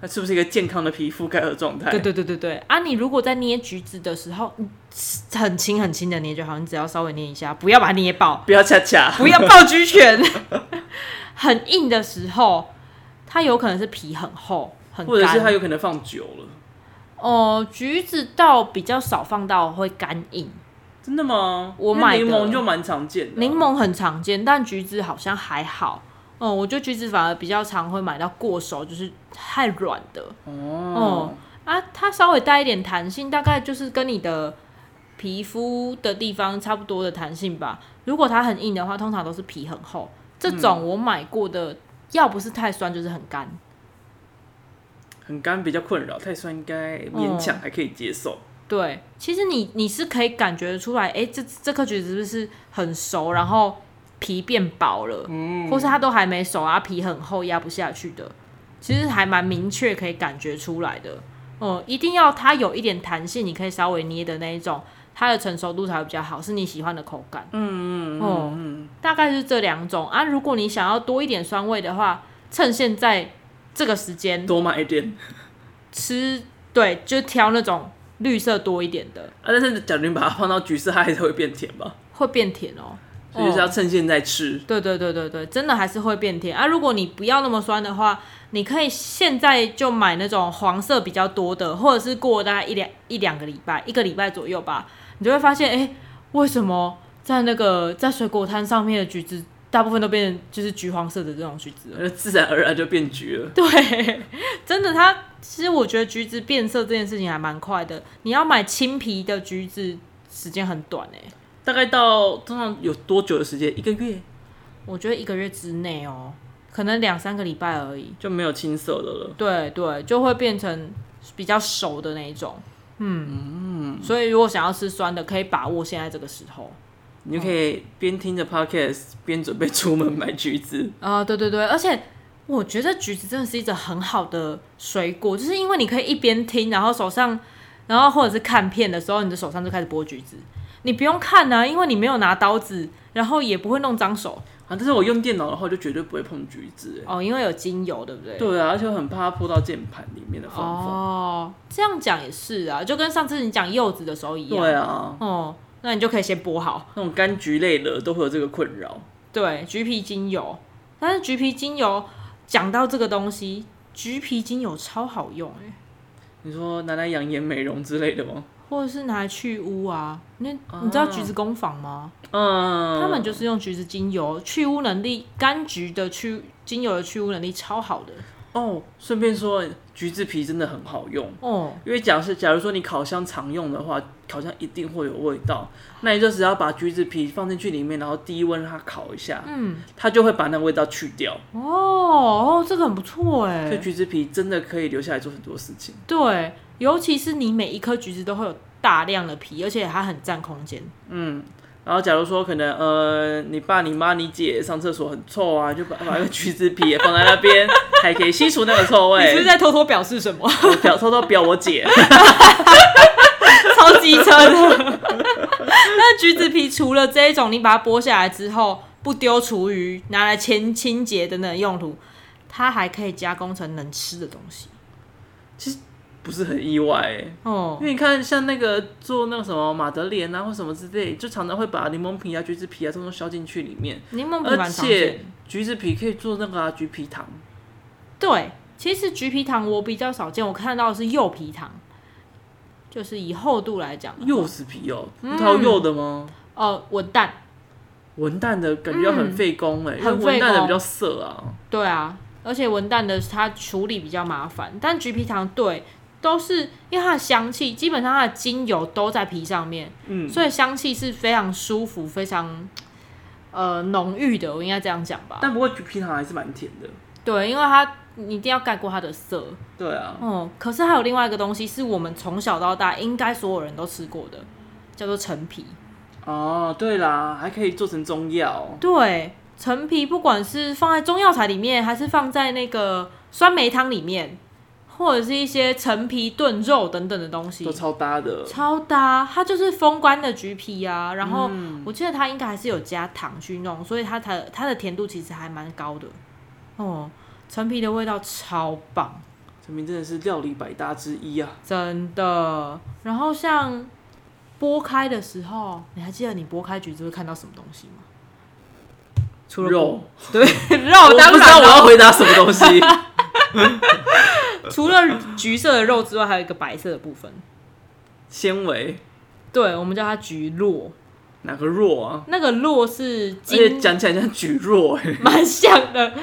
Speaker 2: 那是不是一个健康的皮肤该有的状态？
Speaker 1: 对对对对对啊！你如果在捏橘子的时候，嗯很轻很轻的捏就好，你只要稍微捏一下，不要把它捏爆，
Speaker 2: 不要恰恰。
Speaker 1: 不要爆橘拳。很硬的时候，它有可能是皮很厚很
Speaker 2: 或者是它
Speaker 1: 干。
Speaker 2: 有可能放久了。
Speaker 1: 哦，橘子倒比较少放到会干硬，
Speaker 2: 真的吗？
Speaker 1: 我
Speaker 2: 因为
Speaker 1: 买的
Speaker 2: 柠檬就蛮常见的。
Speaker 1: 柠檬很常见，但橘子好像还好。嗯，我觉得橘子反而比较常会买到过熟，就是太软的。
Speaker 2: 哦，
Speaker 1: 啊，它稍微带一点弹性，大概就是跟你的皮肤的地方差不多的弹性吧。如果它很硬的话，通常都是皮很厚。这种我买过的，要不是太酸，就是很干。
Speaker 2: 很干比较困扰，太酸应该勉强还可以接受。
Speaker 1: 对，其实你你是可以感觉得出来，诶，这这颗橘子是不是很熟，然后皮变薄了，或是它都还没熟啊，皮很厚，压不下去的，其实还蛮明确可以感觉出来的。嗯，一定要它有一点弹性，你可以稍微捏的那一种，它的成熟度才会比较好，是你喜欢的口感。嗯嗯嗯，大概是这两种啊。如果你想要多一点酸味的话，趁现在这个时间
Speaker 2: 多买一点
Speaker 1: 吃，对，就挑那种绿色多一点的。
Speaker 2: 啊！但是假如你把它放到橘色，它还是会变甜吧？
Speaker 1: 会变甜哦。
Speaker 2: 所以就是要
Speaker 1: 哦
Speaker 2: 趁现在吃。
Speaker 1: 对对对对对，真的还是会变甜啊！如果你不要那么酸的话，你可以现在就买那种黄色比较多的，或者是过大概一两一两个礼拜，一个礼拜左右吧，你就会发现，哎、为什么在那个在水果摊上面的橘子，大部分都变成就是橘黄色的这种橘子了？
Speaker 2: 呃自然而然就变橘了。
Speaker 1: 对，真的它，其实我觉得橘子变色这件事情还蛮快的。你要买青皮的橘子，时间很短哎、
Speaker 2: 大概到通常有多久的时间？一个月
Speaker 1: 我觉得一个月之内哦，可能两三个礼拜而已。
Speaker 2: 就没有青色的了。
Speaker 1: 对对，就会变成比较熟的那一种。嗯所以如果想要吃酸的，可以把握现在这个时候。
Speaker 2: 你就可以边听着 podcast 边准备出门买橘子。
Speaker 1: 啊、对对对，而且我觉得橘子真的是一种很好的水果，就是因为你可以一边听，然后手上，然后或者是看片的时候，你的手上就开始剥橘子，你不用看啊，因为你没有拿刀子，然后也不会弄脏手
Speaker 2: 啊，但是我用电脑的话，就绝对不会碰橘子。欸
Speaker 1: 哦，因为有精油，对不对？
Speaker 2: 对啊，而且我很怕它泼到键盘里面的方法。
Speaker 1: 哦，这样讲也是啊，就跟上次你讲柚子的时候一样。
Speaker 2: 对啊，
Speaker 1: 哦，那你就可以先剥好。
Speaker 2: 那种柑橘类的都会有这个困扰。
Speaker 1: 对，橘皮精油，但是橘皮精油讲到这个东西，橘皮精油超好用哎、
Speaker 2: 你说拿来养颜美容之类的吗？
Speaker 1: 或者是拿来去污啊。那你知道橘子工坊吗？
Speaker 2: 嗯，
Speaker 1: 他们就是用橘子精油去污能力，柑橘的去精油的去污能力超好的
Speaker 2: 哦，顺便说，橘子皮真的很好用。
Speaker 1: 哦。
Speaker 2: 因为假设假如说你烤箱常用的话，烤箱一定会有味道。那你就只要把橘子皮放进去里面，然后低温让它烤一下，
Speaker 1: 嗯，
Speaker 2: 它就会把那味道去掉。
Speaker 1: 哦哦，这个很不错哎、
Speaker 2: 所以橘子皮真的可以留下来做很多事情。
Speaker 1: 对，尤其是你每一颗橘子都会有大量的皮，而且它很占空间。
Speaker 2: 然后假如说可能呃，你爸、你妈、你姐上厕所很臭啊，就把把那个橘子皮也放在那边，还可以吸除那个臭
Speaker 1: 你是不是
Speaker 2: 味。
Speaker 1: 在偷偷表示什么？
Speaker 2: 我表偷偷表我姐，
Speaker 1: 超机车的。那橘子皮除了这一种，你把它剥下来之后，不丢厨余，拿来清清洁等等的用途，它还可以加工成能吃的东西。
Speaker 2: 不是很意外、欸。
Speaker 1: 哦
Speaker 2: 因，为你看，像那个做那个什么马德莲啊，或什么之类，就常常会把柠檬皮啊、橘子皮啊，通通削进去里面。
Speaker 1: 柠檬皮
Speaker 2: 而
Speaker 1: 蛮常
Speaker 2: 且
Speaker 1: 见。
Speaker 2: 橘子皮可以做那个啊，橘皮糖。
Speaker 1: 对，其实橘皮糖我比较少见，我看到的是柚皮糖，就是以厚度来讲的话，
Speaker 2: 柚子皮哦，
Speaker 1: 嗯
Speaker 2: 葡萄柚的吗？
Speaker 1: 哦文蛋，
Speaker 2: 文旦的感觉很费工哎、因为
Speaker 1: 嗯很费
Speaker 2: 文旦的
Speaker 1: 工
Speaker 2: 比较涩啊。
Speaker 1: 对啊，而且文旦的它处理比较麻烦，但橘皮糖对都是因为它的香气，基本上它的精油都在皮上面，
Speaker 2: 嗯，
Speaker 1: 所以香气是非常舒服、非常呃浓郁的，我应该这样讲吧？
Speaker 2: 但不过橘皮糖还是蛮甜的。
Speaker 1: 对，因为它你一定要盖过它的色。
Speaker 2: 对啊，
Speaker 1: 哦、可是还有另外一个东西是我们从小到大应该所有人都吃过的，叫做陈皮。
Speaker 2: 哦，对啦，还可以做成中药。
Speaker 1: 对，陈皮不管是放在中药材里面，还是放在那个酸梅汤里面，或者是一些陈皮炖肉等等的东西
Speaker 2: 都，超搭的，
Speaker 1: 超搭。它就是风干的橘皮啊，然后
Speaker 2: 嗯
Speaker 1: 我记得它应该还是有加糖去弄，所以它才它的甜度其实还蛮高的。哦，陈皮的味道超棒，
Speaker 2: 陈明真的是料理百搭之一啊！
Speaker 1: 真的。然后像剥开的时候，你还记得你剥开橘子会看到什么东西吗？除了
Speaker 2: 肉，
Speaker 1: 肉
Speaker 2: 我
Speaker 1: 当
Speaker 2: 不知
Speaker 1: 然
Speaker 2: 道我
Speaker 1: 了
Speaker 2: 要回答什么东西。
Speaker 1: 除了橘色的肉之外，还有一个白色的部分，
Speaker 2: 纤维
Speaker 1: 对，我们叫它橘络。
Speaker 2: 哪个弱啊？
Speaker 1: 那个络是
Speaker 2: 而且
Speaker 1: 金，
Speaker 2: 讲起来像举弱哎、
Speaker 1: 蛮像的。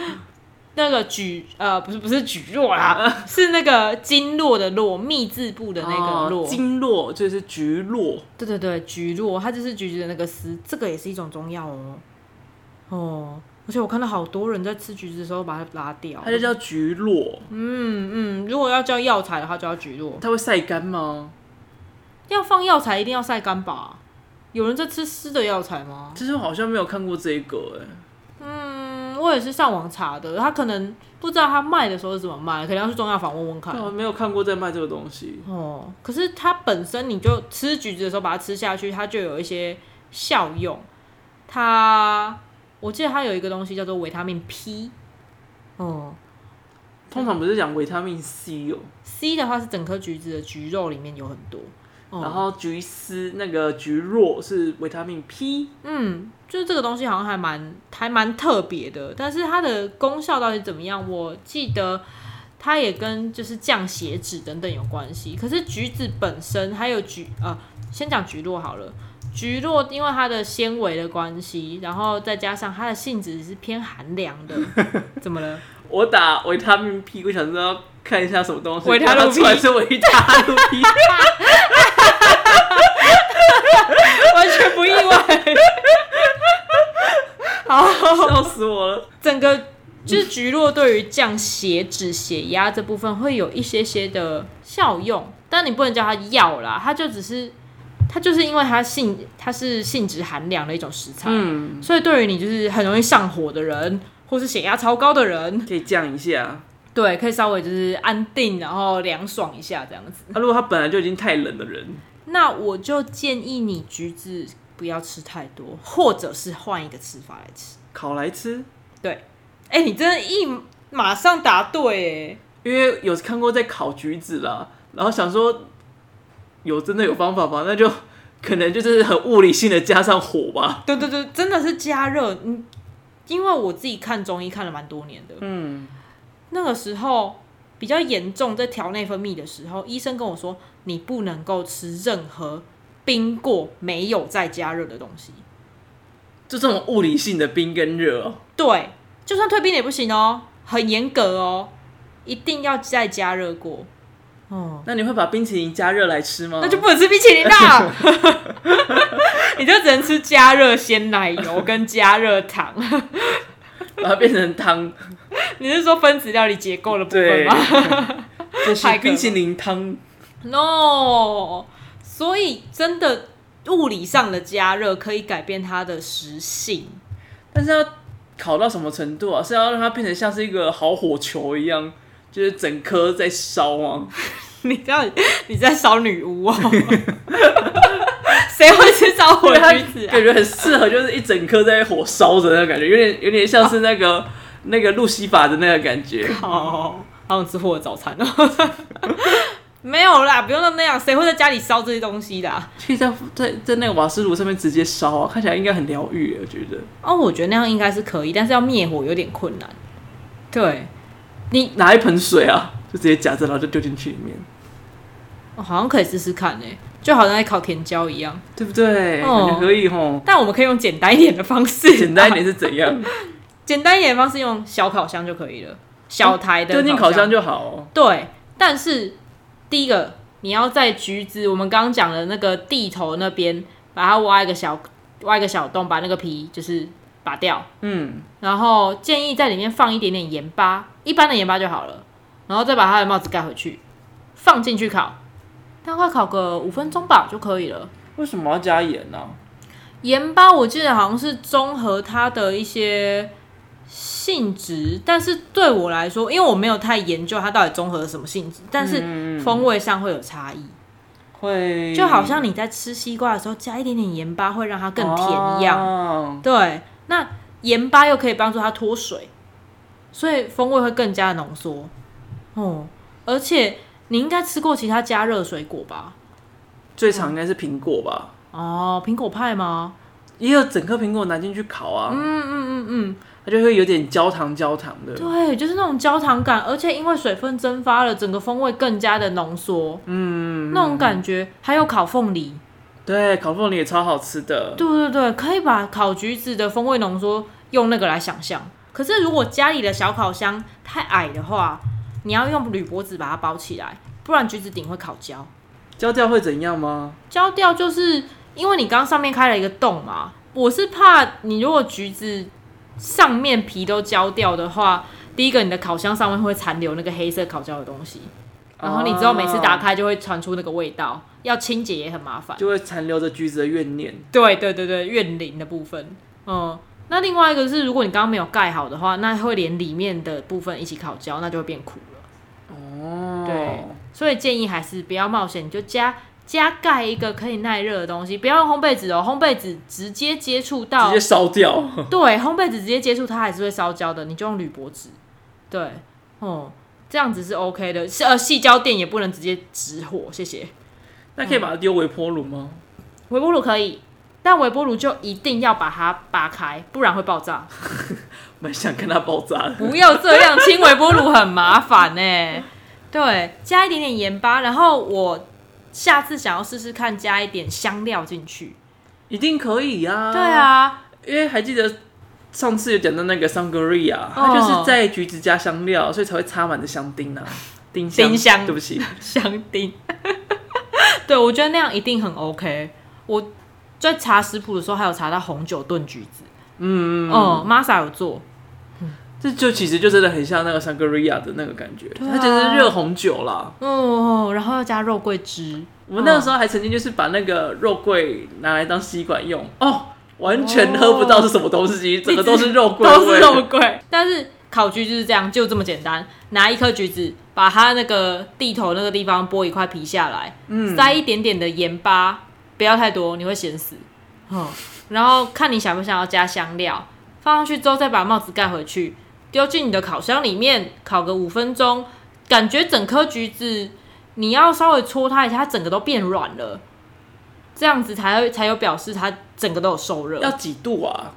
Speaker 1: 那个橘呃，不是不是橘络
Speaker 2: 啊
Speaker 1: 啦，是那个经络的络，密字部的那个络。
Speaker 2: 哦经络就是菊络，
Speaker 1: 对对对，橘络，它就是橘子的那个丝，这个也是一种中药哦。哦，而且我看到好多人在吃橘子的时候把它拉掉。
Speaker 2: 它就叫菊络。
Speaker 1: 哦嗯嗯，如果要叫药材的话，就要橘络。
Speaker 2: 它会晒干吗？
Speaker 1: 要放药材一定要晒干吧？有人在吃湿的药材吗？
Speaker 2: 其实我好像没有看过这一个哎、
Speaker 1: 嗯，我也是上网查的，他可能不知道他卖的时候是怎么卖，可能要去中药房问问看
Speaker 2: 对。啊，没有看过在卖这个东西。
Speaker 1: 哦，可是它本身你就吃橘子的时候把它吃下去，它就有一些效用。它，我记得它有一个东西叫做维他命 P，哦
Speaker 2: 通常不是讲维他命 C 哦、
Speaker 1: ，C 的话是整颗橘子的橘肉里面有很多。哦
Speaker 2: 然后菊丝那个菊络是维他命 P，
Speaker 1: 嗯，就是这个东西好像还蛮还蛮特别的，但是它的功效到底怎么样？我记得它也跟就是降血脂等等有关系。可是橘子本身还有橘呃，先讲橘络好了。橘络因为它的纤维的关系，然后再加上它的性质是偏寒凉的，怎么了？
Speaker 2: 我打维他命 P，我想知道看一下什么东西，
Speaker 1: 维他露 P
Speaker 2: 看到出来是维他露 P，
Speaker 1: 完全不意外。好，
Speaker 2: 笑死我了。
Speaker 1: 整个就是橘络对于降血脂、血压这部分会有一些些的效用，但你不能叫它药啦，它就只是它就是因为它性它是性质寒凉的一种食材，
Speaker 2: 嗯，
Speaker 1: 所以对于你就是很容易上火的人，或是血压超高的人，
Speaker 2: 可以降一下。啊
Speaker 1: 对，可以稍微就是安定，然后凉爽一下这样子。
Speaker 2: 啊，如果他本来就已经太冷的人，
Speaker 1: 那我就建议你橘子不要吃太多，或者是换一个吃法来吃。
Speaker 2: 烤来吃。
Speaker 1: 哎、你真的一马上答对哎、
Speaker 2: 因为有看过在烤橘子啦，然后想说有真的有方法吗？那就可能就是很物理性的加上火吧。
Speaker 1: 对对对，真的是加热。嗯，因为我自己看中医看了蛮多年的，
Speaker 2: 嗯，
Speaker 1: 那个时候比较严重在调内分泌的时候，医生跟我说你不能够吃任何冰过没有再加热的东西。
Speaker 2: 就这种物理性的冰跟热哦。
Speaker 1: 对，就算退冰也不行哦，很严格哦，一定要再加热过。哦，
Speaker 2: 那你会把冰淇淋加热啊来吃吗？
Speaker 1: 那就不能吃冰淇淋啦， 你就只能吃加热鲜奶油跟加热糖。
Speaker 2: 把它变成汤，
Speaker 1: 你是说分子料理结构的部分
Speaker 2: 对
Speaker 1: 吗？，
Speaker 2: 就是
Speaker 1: 太可怕
Speaker 2: 冰淇淋汤。
Speaker 1: No，所以真的物理上的加热可以改变它的食性。
Speaker 2: 但是要烤到什么程度啊？是要让它变成像是一个好火球一样，就是整颗在烧啊？
Speaker 1: 你这样你在烧女巫哦？ 谁会吃烧火
Speaker 2: 对，它
Speaker 1: 橘子啊
Speaker 2: 感？觉很适合，就是一整颗在火烧着那个感觉，有点有点像是那个、那个路西法的那个感觉。
Speaker 1: 哦，好想吃火的早餐哦。 没有啦，不用到那样，谁会在家里烧这些东西的啊、
Speaker 2: 其实在在在那个瓦斯炉上面直接烧啊，看起来应该很疗愈，我觉得。
Speaker 1: 哦，我觉得那样应该是可以，但是要灭火有点困难。对，你、
Speaker 2: 拿一盆水啊，就直接夹着，然后就丢进去里面，
Speaker 1: 哦好像可以试试看呢、欸就好像在烤甜椒一样。
Speaker 2: 对不对？
Speaker 1: 哦
Speaker 2: 感觉可以吼。
Speaker 1: 但我们可以用简单一点的方式，
Speaker 2: 简单一点是怎 样？
Speaker 1: 简单一点的方式用小烤箱就可以了，小台的
Speaker 2: 丢进
Speaker 1: 烤
Speaker 2: 烤箱就好哦。
Speaker 1: 对。但是第一个，你要在橘子我们刚刚讲的那个地头那边，把它挖一个小挖一个小洞，把那个皮就是拔掉，
Speaker 2: 嗯，
Speaker 1: 然后建议在里面放一点点盐巴，一般的盐巴就好了，然后再把它的帽子盖回去，放进去烤，大概烤个五分钟吧就可以了。
Speaker 2: 为什么要加盐呢、
Speaker 1: 盐巴我记得好像是综合它的一些性质，但是对我来说，因为我没有太研究它到底综合了什么性质，但是
Speaker 2: 嗯，
Speaker 1: 风味上会有差异，
Speaker 2: 会
Speaker 1: 就好像你在吃西瓜的时候加一点点盐巴会让它更甜一样。
Speaker 2: 哦
Speaker 1: 对，那盐巴又可以帮助它脱水，所以风味会更加浓缩。哦，而且你应该吃过其他加热水果吧？
Speaker 2: 最常应该是苹果吧，
Speaker 1: 哦，苹果派吗？
Speaker 2: 也有整颗苹果拿进去烤啊，
Speaker 1: 嗯嗯嗯嗯。
Speaker 2: 它就会有点焦糖焦糖的。
Speaker 1: 对，就是那种焦糖感，而且因为水分蒸发了，整个风味更加的浓缩，
Speaker 2: 嗯，
Speaker 1: 那种感觉。还有烤凤梨，
Speaker 2: 对，烤凤梨也超好吃的。
Speaker 1: 对对对，可以把烤橘子的风味浓缩用那个来想象。可是如果家里的小烤箱太矮的话，你要用铝箔纸把它包起来，不然橘子顶会烤焦。
Speaker 2: 焦掉会怎样吗？
Speaker 1: 焦掉就是因为你刚刚上面开了一个洞嘛，我是怕你如果橘子上面皮都焦掉的话，第一个你的烤箱上面会残留那个黑色烤焦的东西，然后你之后每次打
Speaker 2: 哦
Speaker 1: 开就会传出那个味道，要清洁也很麻烦。
Speaker 2: 啊就会残留着橘子的怨念。
Speaker 1: 对对对对，怨灵的部分，嗯。那另外一个是，如果你刚刚没有盖好的话，那会连里面的部分一起烤焦，那就会变苦了。
Speaker 2: 哦，
Speaker 1: 对，所以建议还是不要冒险，你就加加盖一个可以耐热的东西，不要用烘焙纸哦，烘焙纸直接接触到
Speaker 2: 直接，烧掉。
Speaker 1: 对，烘焙纸直接接触它还是会烧焦的，你就用铝箔纸，对，哦、这样子是 OK 的，是呃，细胶垫也不能直接直火，谢谢。
Speaker 2: 那可以把它丢微波炉吗？
Speaker 1: 微波炉可以，但微波炉就一定要把它拔开，不然会爆炸。
Speaker 2: 蛮想看它爆炸的。
Speaker 1: 不要这样，清微波炉很麻烦呢、 对，加一点点盐巴，然后我下次想要试试看加一点香料进去。
Speaker 2: 一定可以啊。
Speaker 1: 对，啊，
Speaker 2: 因为还记得上次有讲到那个
Speaker 1: 哦
Speaker 2: sangria，它就是在橘子加香料，所以才会插满的香丁 啊，丁香。
Speaker 1: 丁香
Speaker 2: 对不起，
Speaker 1: 香丁。 对，我觉得那样一定很 OK。我在查食谱的时候，还有查到红酒炖橘子。嗯嗯，Masa 有做，
Speaker 2: 这就其实就真的很像那个 sangria 的那个感觉，
Speaker 1: 啊
Speaker 2: 它就是热红酒啦。
Speaker 1: 哦，然后要加肉桂汁，
Speaker 2: 我们那个时候还曾经就是把那个肉桂拿来当吸管用哦，完全喝不到是什么东
Speaker 1: 哦
Speaker 2: 西，整个都是肉桂味，
Speaker 1: 都是肉桂。但是烤橘就是这样，就这么简单，拿一颗橘子，把它那个地头那个地方剥一块皮下来，
Speaker 2: 嗯
Speaker 1: 塞一点点的盐巴，不要太多，你会咸死。嗯，然后看你想不想要加香料，放上去之后再把帽子盖回去，丢进你的烤箱里面烤个五分钟，感觉整颗橘子你要稍微搓它一下，它整个都变软了。这样子才会才有表示它整个都有受热。
Speaker 2: 要几度啊？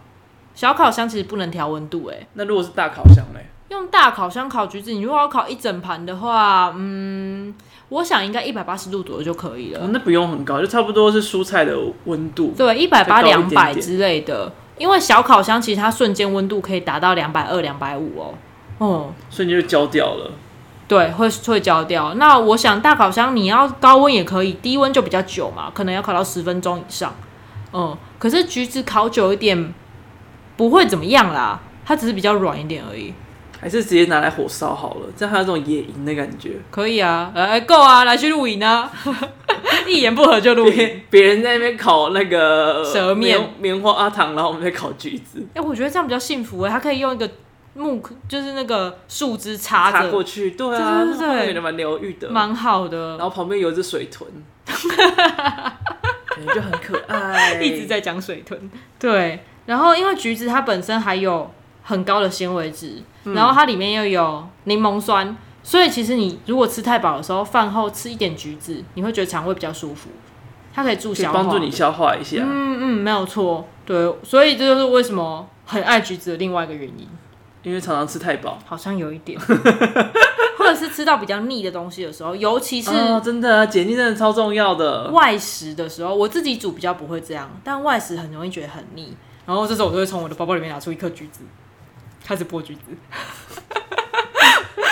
Speaker 1: 小烤箱其实不能调温度、欸，
Speaker 2: 那如果是大烤箱嘞？
Speaker 1: 用大烤箱烤橘子，你如果要烤一整盘的话，嗯，我想应该一百八十度左右就可以了。
Speaker 2: 哦那不用很高，就差不多是蔬菜的温度。
Speaker 1: 对，一百
Speaker 2: 再
Speaker 1: 八、
Speaker 2: 高一
Speaker 1: 两
Speaker 2: 点
Speaker 1: 百
Speaker 2: 点
Speaker 1: 之类的，因为小烤箱其实它瞬间温度可以达到两百二、两百五哦。哦，
Speaker 2: 所以你就焦掉了。
Speaker 1: 对，会会焦掉。那我想大烤箱你要高温也可以，低温就比较久嘛，可能要烤到十分钟以上。嗯，可是橘子烤久一点不会怎么样啦，它只是比较软一点而已。
Speaker 2: 还是直接拿来火烧好了，这样还有这种野营的感觉。
Speaker 1: 可以啊，来够啊，来去露营啊， 一言不合就露营。
Speaker 2: 别别人在那边烤那个
Speaker 1: 蛇面
Speaker 2: 棉棉花糖，然后我们在烤橘子，
Speaker 1: 哎、我觉得这样比较幸福哎、它可以用一个木，就是那个树枝插
Speaker 2: 插过
Speaker 1: 着，
Speaker 2: 去，对啊，
Speaker 1: 对对对
Speaker 2: 那觉得蛮疗愈的。
Speaker 1: 蛮好的
Speaker 2: 然。后旁边有一只水 豚，感觉就很可爱，
Speaker 1: 一直在讲水豚。对，然后因为橘子它本身还有很高的纤维质，
Speaker 2: 嗯
Speaker 1: 然后它里面又有柠檬酸，所以其实你如果吃太饱的时候，饭后吃一点橘子，你会觉得肠胃比较舒服，它可以助
Speaker 2: 可以
Speaker 1: 消化，
Speaker 2: 帮助你。消化一下。
Speaker 1: 嗯嗯，没有错。对，所以这就是为什么很爱橘子的另外一个原因，
Speaker 2: 因为常常吃太饱，
Speaker 1: 好像有一点， 或者是吃到比较腻的东西的时候，尤其是
Speaker 2: 啊，真的啊，解腻真的超重要的。
Speaker 1: 外食的时候，我自己煮比较不会这样，但外食很容易觉得很腻。然后这时候我就会从我的包包里面拿出一颗橘子，开始剥橘子。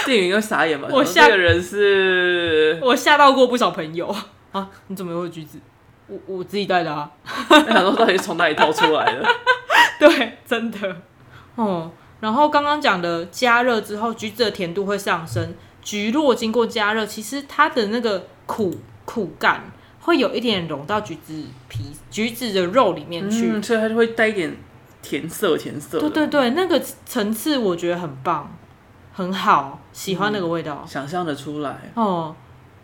Speaker 2: 店员会傻眼吧？
Speaker 1: 我
Speaker 2: 想说
Speaker 1: 下
Speaker 2: 这个 人是，
Speaker 1: 我吓到过不少朋友啊！你怎么有橘子？我我自己带的啊。
Speaker 2: 我想说到底是从哪里掏出来 的？
Speaker 1: 对，真的。哦，然后刚刚讲的加热之后，橘子的甜度会上升。橘络经过加热，其实它的那个苦苦感会有一点融到橘子皮、橘子的肉里面去。
Speaker 2: 嗯，所以它就会带一点甜色，甜色的。
Speaker 1: 对对对，那个层次我觉得很棒，很好，喜欢那个味道。
Speaker 2: 想象的出来。
Speaker 1: 哦，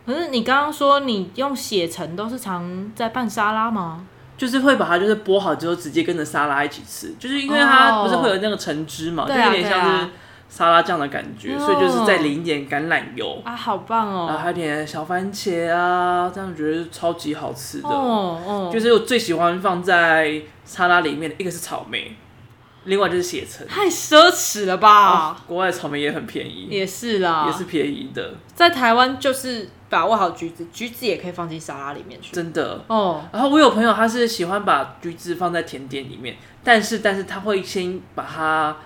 Speaker 1: 可是你刚刚说你用血橙都是常在拌沙拉吗？
Speaker 2: 就是会把它就是剥好之后直接跟着沙拉一起吃，就是因为它
Speaker 1: 哦
Speaker 2: 不是会有那个橙汁嘛，就
Speaker 1: 对
Speaker 2: 有
Speaker 1: 啊
Speaker 2: 点像是沙拉酱的感觉，
Speaker 1: 对啊
Speaker 2: 所以就是再淋一点橄榄油，
Speaker 1: 啊，好棒
Speaker 2: 然后
Speaker 1: 哦！
Speaker 2: 还有点小番茄啊，这样觉得超级好吃的。
Speaker 1: 哦哦，
Speaker 2: 就是我最喜欢放在沙拉里面的一个是草莓，另外就是血橙。
Speaker 1: 太奢侈了吧？
Speaker 2: 国外的草莓也很便宜，
Speaker 1: 啊也是啦，
Speaker 2: 哦也是便宜的，
Speaker 1: 在台湾就是把握好橘子，橘子也可以放进沙拉里面去。
Speaker 2: 真的。
Speaker 1: 哦，
Speaker 2: 然后我有朋友，他是喜欢把橘子放在甜点里面，但是但是他会先把它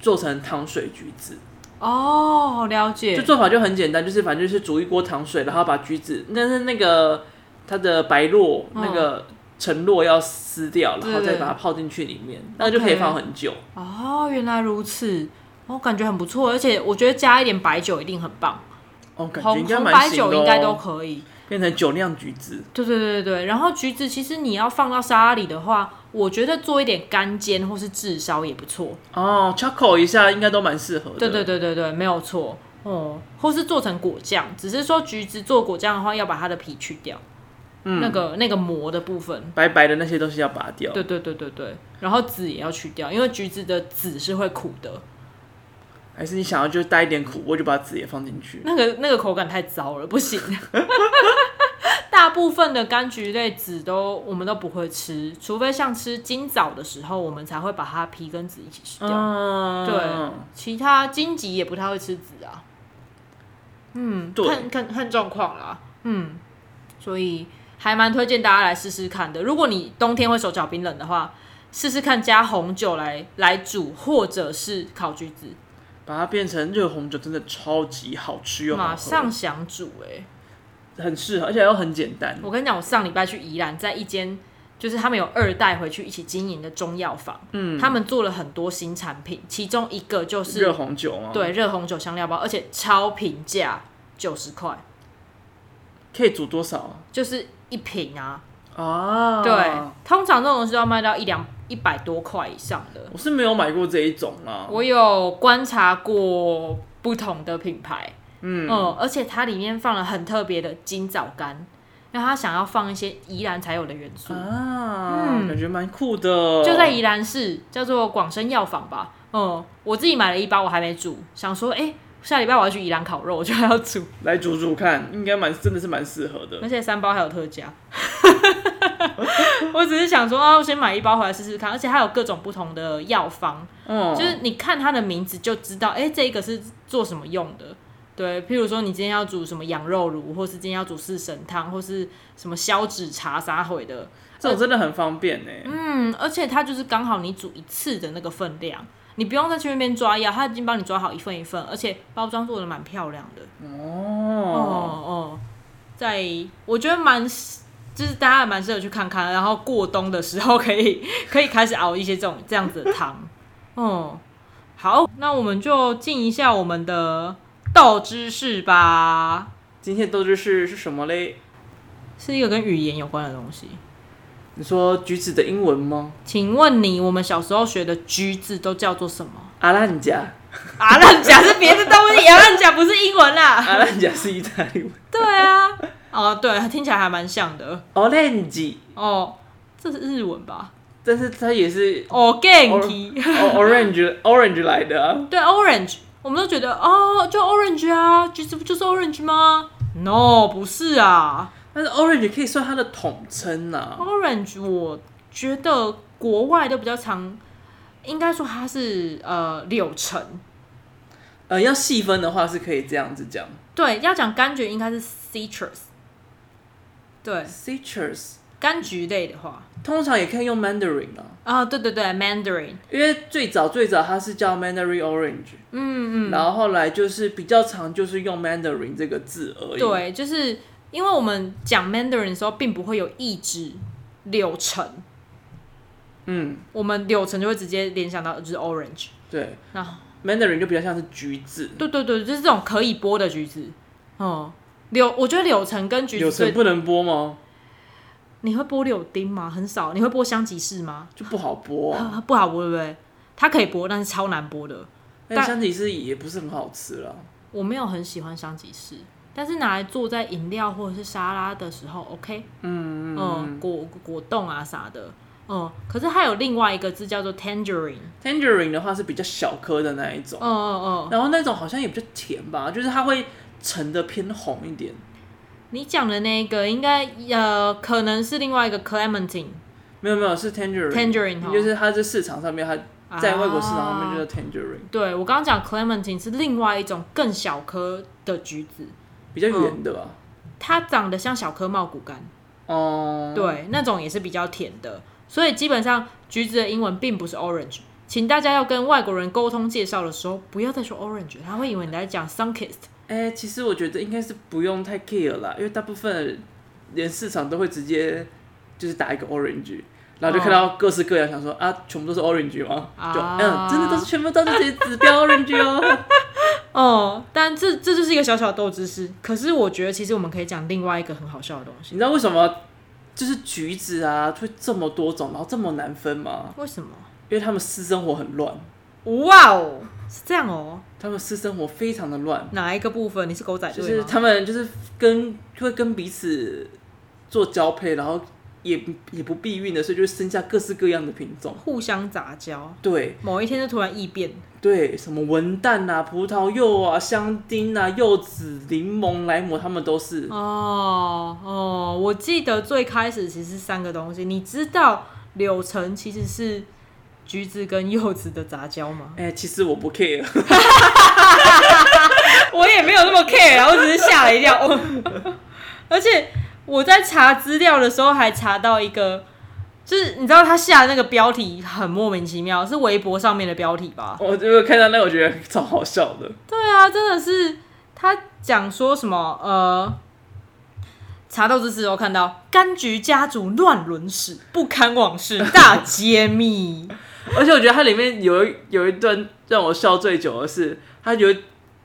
Speaker 2: 做成糖水橘子，
Speaker 1: 哦，了解，
Speaker 2: 就做法就很简单，就是反正就是煮一锅糖水，然后把橘子，但是那个它的白落、
Speaker 1: 嗯
Speaker 2: 那个橙络要撕掉，然后
Speaker 1: 对
Speaker 2: 再
Speaker 1: 对
Speaker 2: 把它泡进去里面，那就可以
Speaker 1: OK
Speaker 2: 放很久。
Speaker 1: 哦，原来如此，我、感觉很不错，而且我觉得加一点白酒一定很棒，
Speaker 2: 哦，感觉
Speaker 1: 红
Speaker 2: 应该
Speaker 1: 红
Speaker 2: 蛮
Speaker 1: 白
Speaker 2: 行
Speaker 1: 酒
Speaker 2: 的、
Speaker 1: 应该都
Speaker 2: 哦，
Speaker 1: 可以。
Speaker 2: 变成酒酿橘子。
Speaker 1: 对对对对对，然后橘子其实你要放到沙拉里的话，我觉得做一点干煎或是炙烧也不错。
Speaker 2: 哦 c h o c o 一下应该都蛮适合的。
Speaker 1: 对对对对对，没有错哦，或是做成果酱，只是说橘子做果酱的话，要把它的皮去掉，
Speaker 2: 嗯
Speaker 1: 那个那个膜的部分。
Speaker 2: 白白的那些东西要拔掉。
Speaker 1: 对对对对对，然后籽也要去掉，因为橘子的籽是会苦的，
Speaker 2: 还是你想要就带一点苦味，就把籽也放进去。
Speaker 1: 那个那个口感太糟了，不行。 大部分的柑橘类籽都我们都不会吃，除非像吃金枣的时候，我们才会把它皮跟籽一起吃掉。
Speaker 2: 嗯，
Speaker 1: 对，其他荆棘也不太会吃籽啊。嗯，
Speaker 2: 对
Speaker 1: 看看看状况啦。嗯，所以还蛮推荐大家来试试看的。如果你冬天会手脚冰冷的话，试试看加红酒来来煮，或者是烤橘子，
Speaker 2: 把它变成热红酒，真的超级好吃又好喝
Speaker 1: 马上想煮哎、
Speaker 2: 很适合，而且又很简单。
Speaker 1: 我跟你讲，我上礼拜去宜兰，在一间就是他们有二代回去一起经营的中药房，嗯，他们做了很多新产品，其中一个就是
Speaker 2: 热红酒吗？，
Speaker 1: 对热红酒香料包，而且超平价，九十块。
Speaker 2: 可以煮多少
Speaker 1: 就是一瓶啊。
Speaker 2: 啊？
Speaker 1: 对，通常这种东西都要卖到一两一百多块以上的。
Speaker 2: 我是没有买过这一种啦。
Speaker 1: 我有观察过不同的品牌，嗯而且它里面放了很特别的金枣干，那他想要放一些宜兰才有的元素，
Speaker 2: 啊，感觉蛮酷的。
Speaker 1: 嗯就在宜兰市叫做广生药坊吧。嗯，我自己买了一包，我还没煮，想说，哎、下礼拜我要去宜兰烤肉，我就要
Speaker 2: 嗯
Speaker 1: 煮，嗯
Speaker 2: 来煮煮看，应该蛮真的是蛮适合的。
Speaker 1: 而且三包还有特价。 我只是想说，啊，我先买一包回来试试看，而且它有各种不同的药方，
Speaker 2: 嗯，
Speaker 1: 就是你看它的名字就知道，哎、这个是做什么用的。对，譬如说你今天要煮什么羊肉炉，或是今天要煮四神汤，或是什么消脂茶啥回的，
Speaker 2: 这种真的很方便呢、欸
Speaker 1: 嗯，而且它就是刚好你煮一次的那个分量，你不用再去那边抓药，它已经帮你抓好一份一份，而且包装做的蛮漂亮的。哦
Speaker 2: 哦，
Speaker 1: 哦，在我觉得蛮适，就是大家蛮适合去看看，然后过冬的时候可以可以开始熬一些这种这样子的汤。哦，好，那我们就进一下我们的豆知识吧，
Speaker 2: 今天的豆知识是什么嘞？
Speaker 1: 是一个跟语言有关的东西。
Speaker 2: 你说橘子的英文吗？
Speaker 1: 请问你，我们小时候学的“橘”字都叫做什么？
Speaker 2: 阿兰甲，
Speaker 1: 阿烂甲啊是别的东西，阿烂甲不是英文啊啦。
Speaker 2: 阿兰甲是意大利文。
Speaker 1: 对啊，哦，对，听起来还蛮像的。
Speaker 2: Orange，
Speaker 1: 哦，这是日文吧？
Speaker 2: 但是它也是
Speaker 1: 哦，ganky，
Speaker 2: o- orange orange 来的、啊。
Speaker 1: 对，orange，我们都觉得哦，就 orange 啊，橘子不就是 orange 吗？No，不是啊
Speaker 2: 但是 orange 可以算它的统称呐、啊。
Speaker 1: ，orange 我觉得国外都比较常，应该说它是呃柳橙。
Speaker 2: 呃，要细分的话是可以这样子讲
Speaker 1: 对，要讲柑橘应该是 citrus。对，
Speaker 2: ，citrus
Speaker 1: 柑橘类的话，
Speaker 2: 通常也可以用 mandarin 啊，
Speaker 1: 啊、对对对，mandarin。
Speaker 2: 因为最早最早它是叫 mandarin orange，、
Speaker 1: 嗯嗯，
Speaker 2: 然后后来就是比较常就是用 mandarin 这个字而已。，
Speaker 1: 对，就是因为我们讲 Mandarin 的时候，并不会有意指柳橙，
Speaker 2: 嗯，
Speaker 1: 我们柳橙就会直接联想到就是 orange。
Speaker 2: 对
Speaker 1: 然后，
Speaker 2: ，mandarin 就比较像是橘子，
Speaker 1: 对对对，就是这种可以剥的橘子。哦、柳，我觉得柳橙跟橘
Speaker 2: 柳
Speaker 1: 子
Speaker 2: 橙
Speaker 1: 最，
Speaker 2: 不能剥吗？
Speaker 1: 你会剥柳丁吗？很少，你会剥香吉士吗？
Speaker 2: 就不好剥、啊。
Speaker 1: 啊不好剥，对不对？它可以剥，但是超难剥的。
Speaker 2: 那
Speaker 1: 但
Speaker 2: 哎香吉士也不是很好吃了。
Speaker 1: 我没有很喜欢香吉士，但是拿来做在饮料或者是沙拉的时候，OK，嗯嗯，果果冻啊啥的，嗯，可是还有另外一个字叫做 tangerine，
Speaker 2: Tangerine 的话是比较小颗的那一种
Speaker 1: 嗯，嗯嗯，
Speaker 2: 然后那种好像也比较甜吧，就是它会橙的偏红一点。
Speaker 1: 你讲的那个应该呃可能是另外一个 clementine
Speaker 2: 没有没有，是 Tangerine。
Speaker 1: tangerine 哦啊
Speaker 2: 就是它在市场上面，它在外国市场上面就叫 Tangerine，、
Speaker 1: 对我刚刚讲 clementine 是另外一种更小颗的橘子，
Speaker 2: 比较圆的吧。
Speaker 1: 它长得像小颗茂谷柑，
Speaker 2: 哦、
Speaker 1: 对，那种也是比较甜的。所以基本上橘子的英文并不是 orange，请大家要跟外国人沟通介绍的时候，不要再说 orange，他会以为你在讲 sunkist。
Speaker 2: 哎、其实我觉得应该是不用太 care 啦，因为大部分的人连市场都会直接就是打一个 orange，然后就看到各式各样，想说啊，全部都是 orange 吗？就
Speaker 1: 哦啊
Speaker 2: 嗯，真的都是全部都是这些指标 orange 哦。
Speaker 1: 哦，但这这就是一个小小的豆知识。可是我觉得其实我们可以讲另外一个很好笑的东西。
Speaker 2: 你知道为什么就是橘子啊，会这么多种，然后这么难分吗？
Speaker 1: 为什么？
Speaker 2: 因为他们私生活很乱，
Speaker 1: 哇哦，是这样哦。
Speaker 2: 他们私生活非常的乱，
Speaker 1: 哪一个部分？你是狗仔
Speaker 2: 就
Speaker 1: 队
Speaker 2: 是
Speaker 1: 吗？
Speaker 2: 他们就是跟会跟彼此做交配，然后也也不避孕的，所以就生下各式各样的品种。
Speaker 1: 互相杂交，
Speaker 2: 对
Speaker 1: 某一天就突然异变。
Speaker 2: 对，什么文旦啊、葡萄柚啊、香槟啊、柚子、柠檬、莱姆，他们都是。
Speaker 1: 哦哦，我记得最开始其实是三个东西，你知道柳橙其实是橘子跟柚子的杂交吗？
Speaker 2: 哎、其实我不 care，
Speaker 1: 我也没有那么 care，啊我只是吓了一跳。哦 而且我在查资料的时候还查到一个，就是你知道他下的那个标题很莫名其妙，是微博上面的标题吧？
Speaker 2: 我就看到那个我觉得超好笑的。
Speaker 1: 对啊，真的是他讲说什么呃。查到这次，我看到柑橘家族乱伦史不堪往事大揭秘。
Speaker 2: 而且我觉得它里面有一有一段让我笑最久的是，它有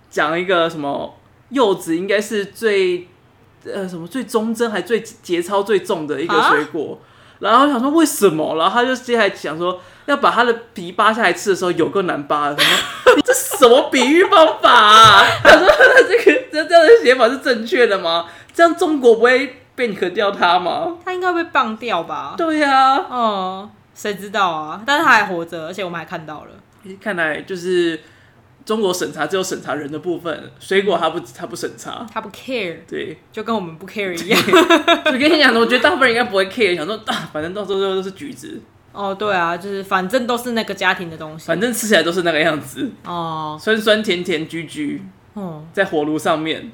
Speaker 2: 讲一个什么柚子应该是最呃什么最忠贞还最节操最重的一个
Speaker 1: 啊
Speaker 2: 水果，然后我想说为什么，然后他就接下来讲说要把它的皮扒下来吃的时候有够难扒的，什么这什么比喻方法、啊？他说他这个这这样的写法是正确的吗？这样中国不会被你可掉它吗？
Speaker 1: 他应该被棒掉吧？
Speaker 2: 对呀、
Speaker 1: 哦，谁知道啊？但是他还活着，而且我们还看到了。
Speaker 2: 看来就是中国审查只有审查人的部分，水果它不它不审查。
Speaker 1: 他不 care，
Speaker 2: 对，
Speaker 1: 就跟我们不 care 一 样。
Speaker 2: 我跟你讲的，我觉得大部分人应该不会 care，想说啊，反正到时候都是橘子，
Speaker 1: 哦，对啊，就是反正都是那个家庭的东西。
Speaker 2: 反正吃起来都是那个样子，
Speaker 1: 哦，
Speaker 2: 酸酸甜甜橘橘，
Speaker 1: 哦，
Speaker 2: 在火炉上 面。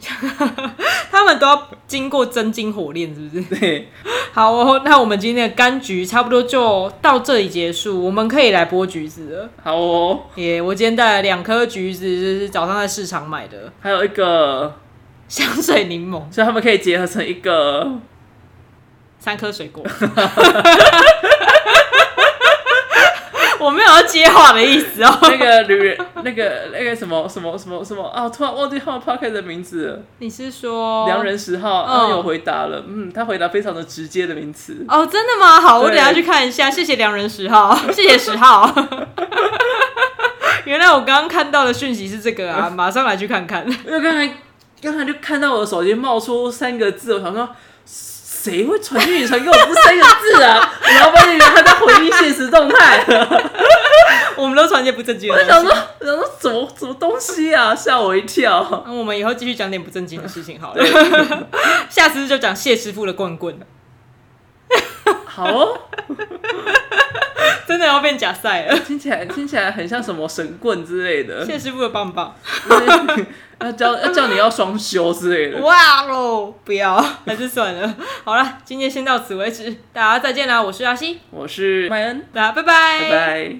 Speaker 1: 他们都要经过真金火炼，是不是？
Speaker 2: 对，
Speaker 1: 好哦，那我们今天的柑橘差不多就到这里结束，我们可以来剥橘子了。
Speaker 2: 好哦，
Speaker 1: 耶、我今天带了两颗橘子，就是早上在市场买的
Speaker 2: 还有一个，
Speaker 1: 香水柠檬，
Speaker 2: 所以他们可以结合成一个，
Speaker 1: 三颗水果。 我没有要接话的意思哦。
Speaker 2: 那个旅人，那个那个什么什么什么什么啊，突然忘记他们 p o c k e t 的名字了。
Speaker 1: 你是说
Speaker 2: 良人十号，他
Speaker 1: 哦嗯
Speaker 2: 有回答了，嗯，他回答非常的直接的名词。
Speaker 1: 哦，真的吗？好，我等
Speaker 2: 对
Speaker 1: 一下去看一下。谢谢良人十号，谢谢十号。 原来我刚刚看到的讯息是这个啊，马上来去看看。
Speaker 2: 因为刚才刚才就看到我的手机冒出三个字，我想说谁会传讯息传给我这三个字啊？ 然后发现原来他在回应现实动态，
Speaker 1: 我们都传些不正经
Speaker 2: 我
Speaker 1: 的
Speaker 2: 想
Speaker 1: 东西
Speaker 2: 说，想说什么什么东西啊？吓我一跳。
Speaker 1: 那我们以后继续讲点不正经的事情好了。 下次就讲谢师傅的棍棍，
Speaker 2: 好、哦，
Speaker 1: 真的要变假赛了。
Speaker 2: 听起来听起来很像什么神棍之类的，
Speaker 1: 谢师傅的棒棒，
Speaker 2: 要叫要叫你要双休之类的。
Speaker 1: 哇喽！不要，还是算了。好了，今天先到此为止，大家再见啦！我是阿西，
Speaker 2: 我是麦恩，
Speaker 1: 大家拜
Speaker 2: 拜拜。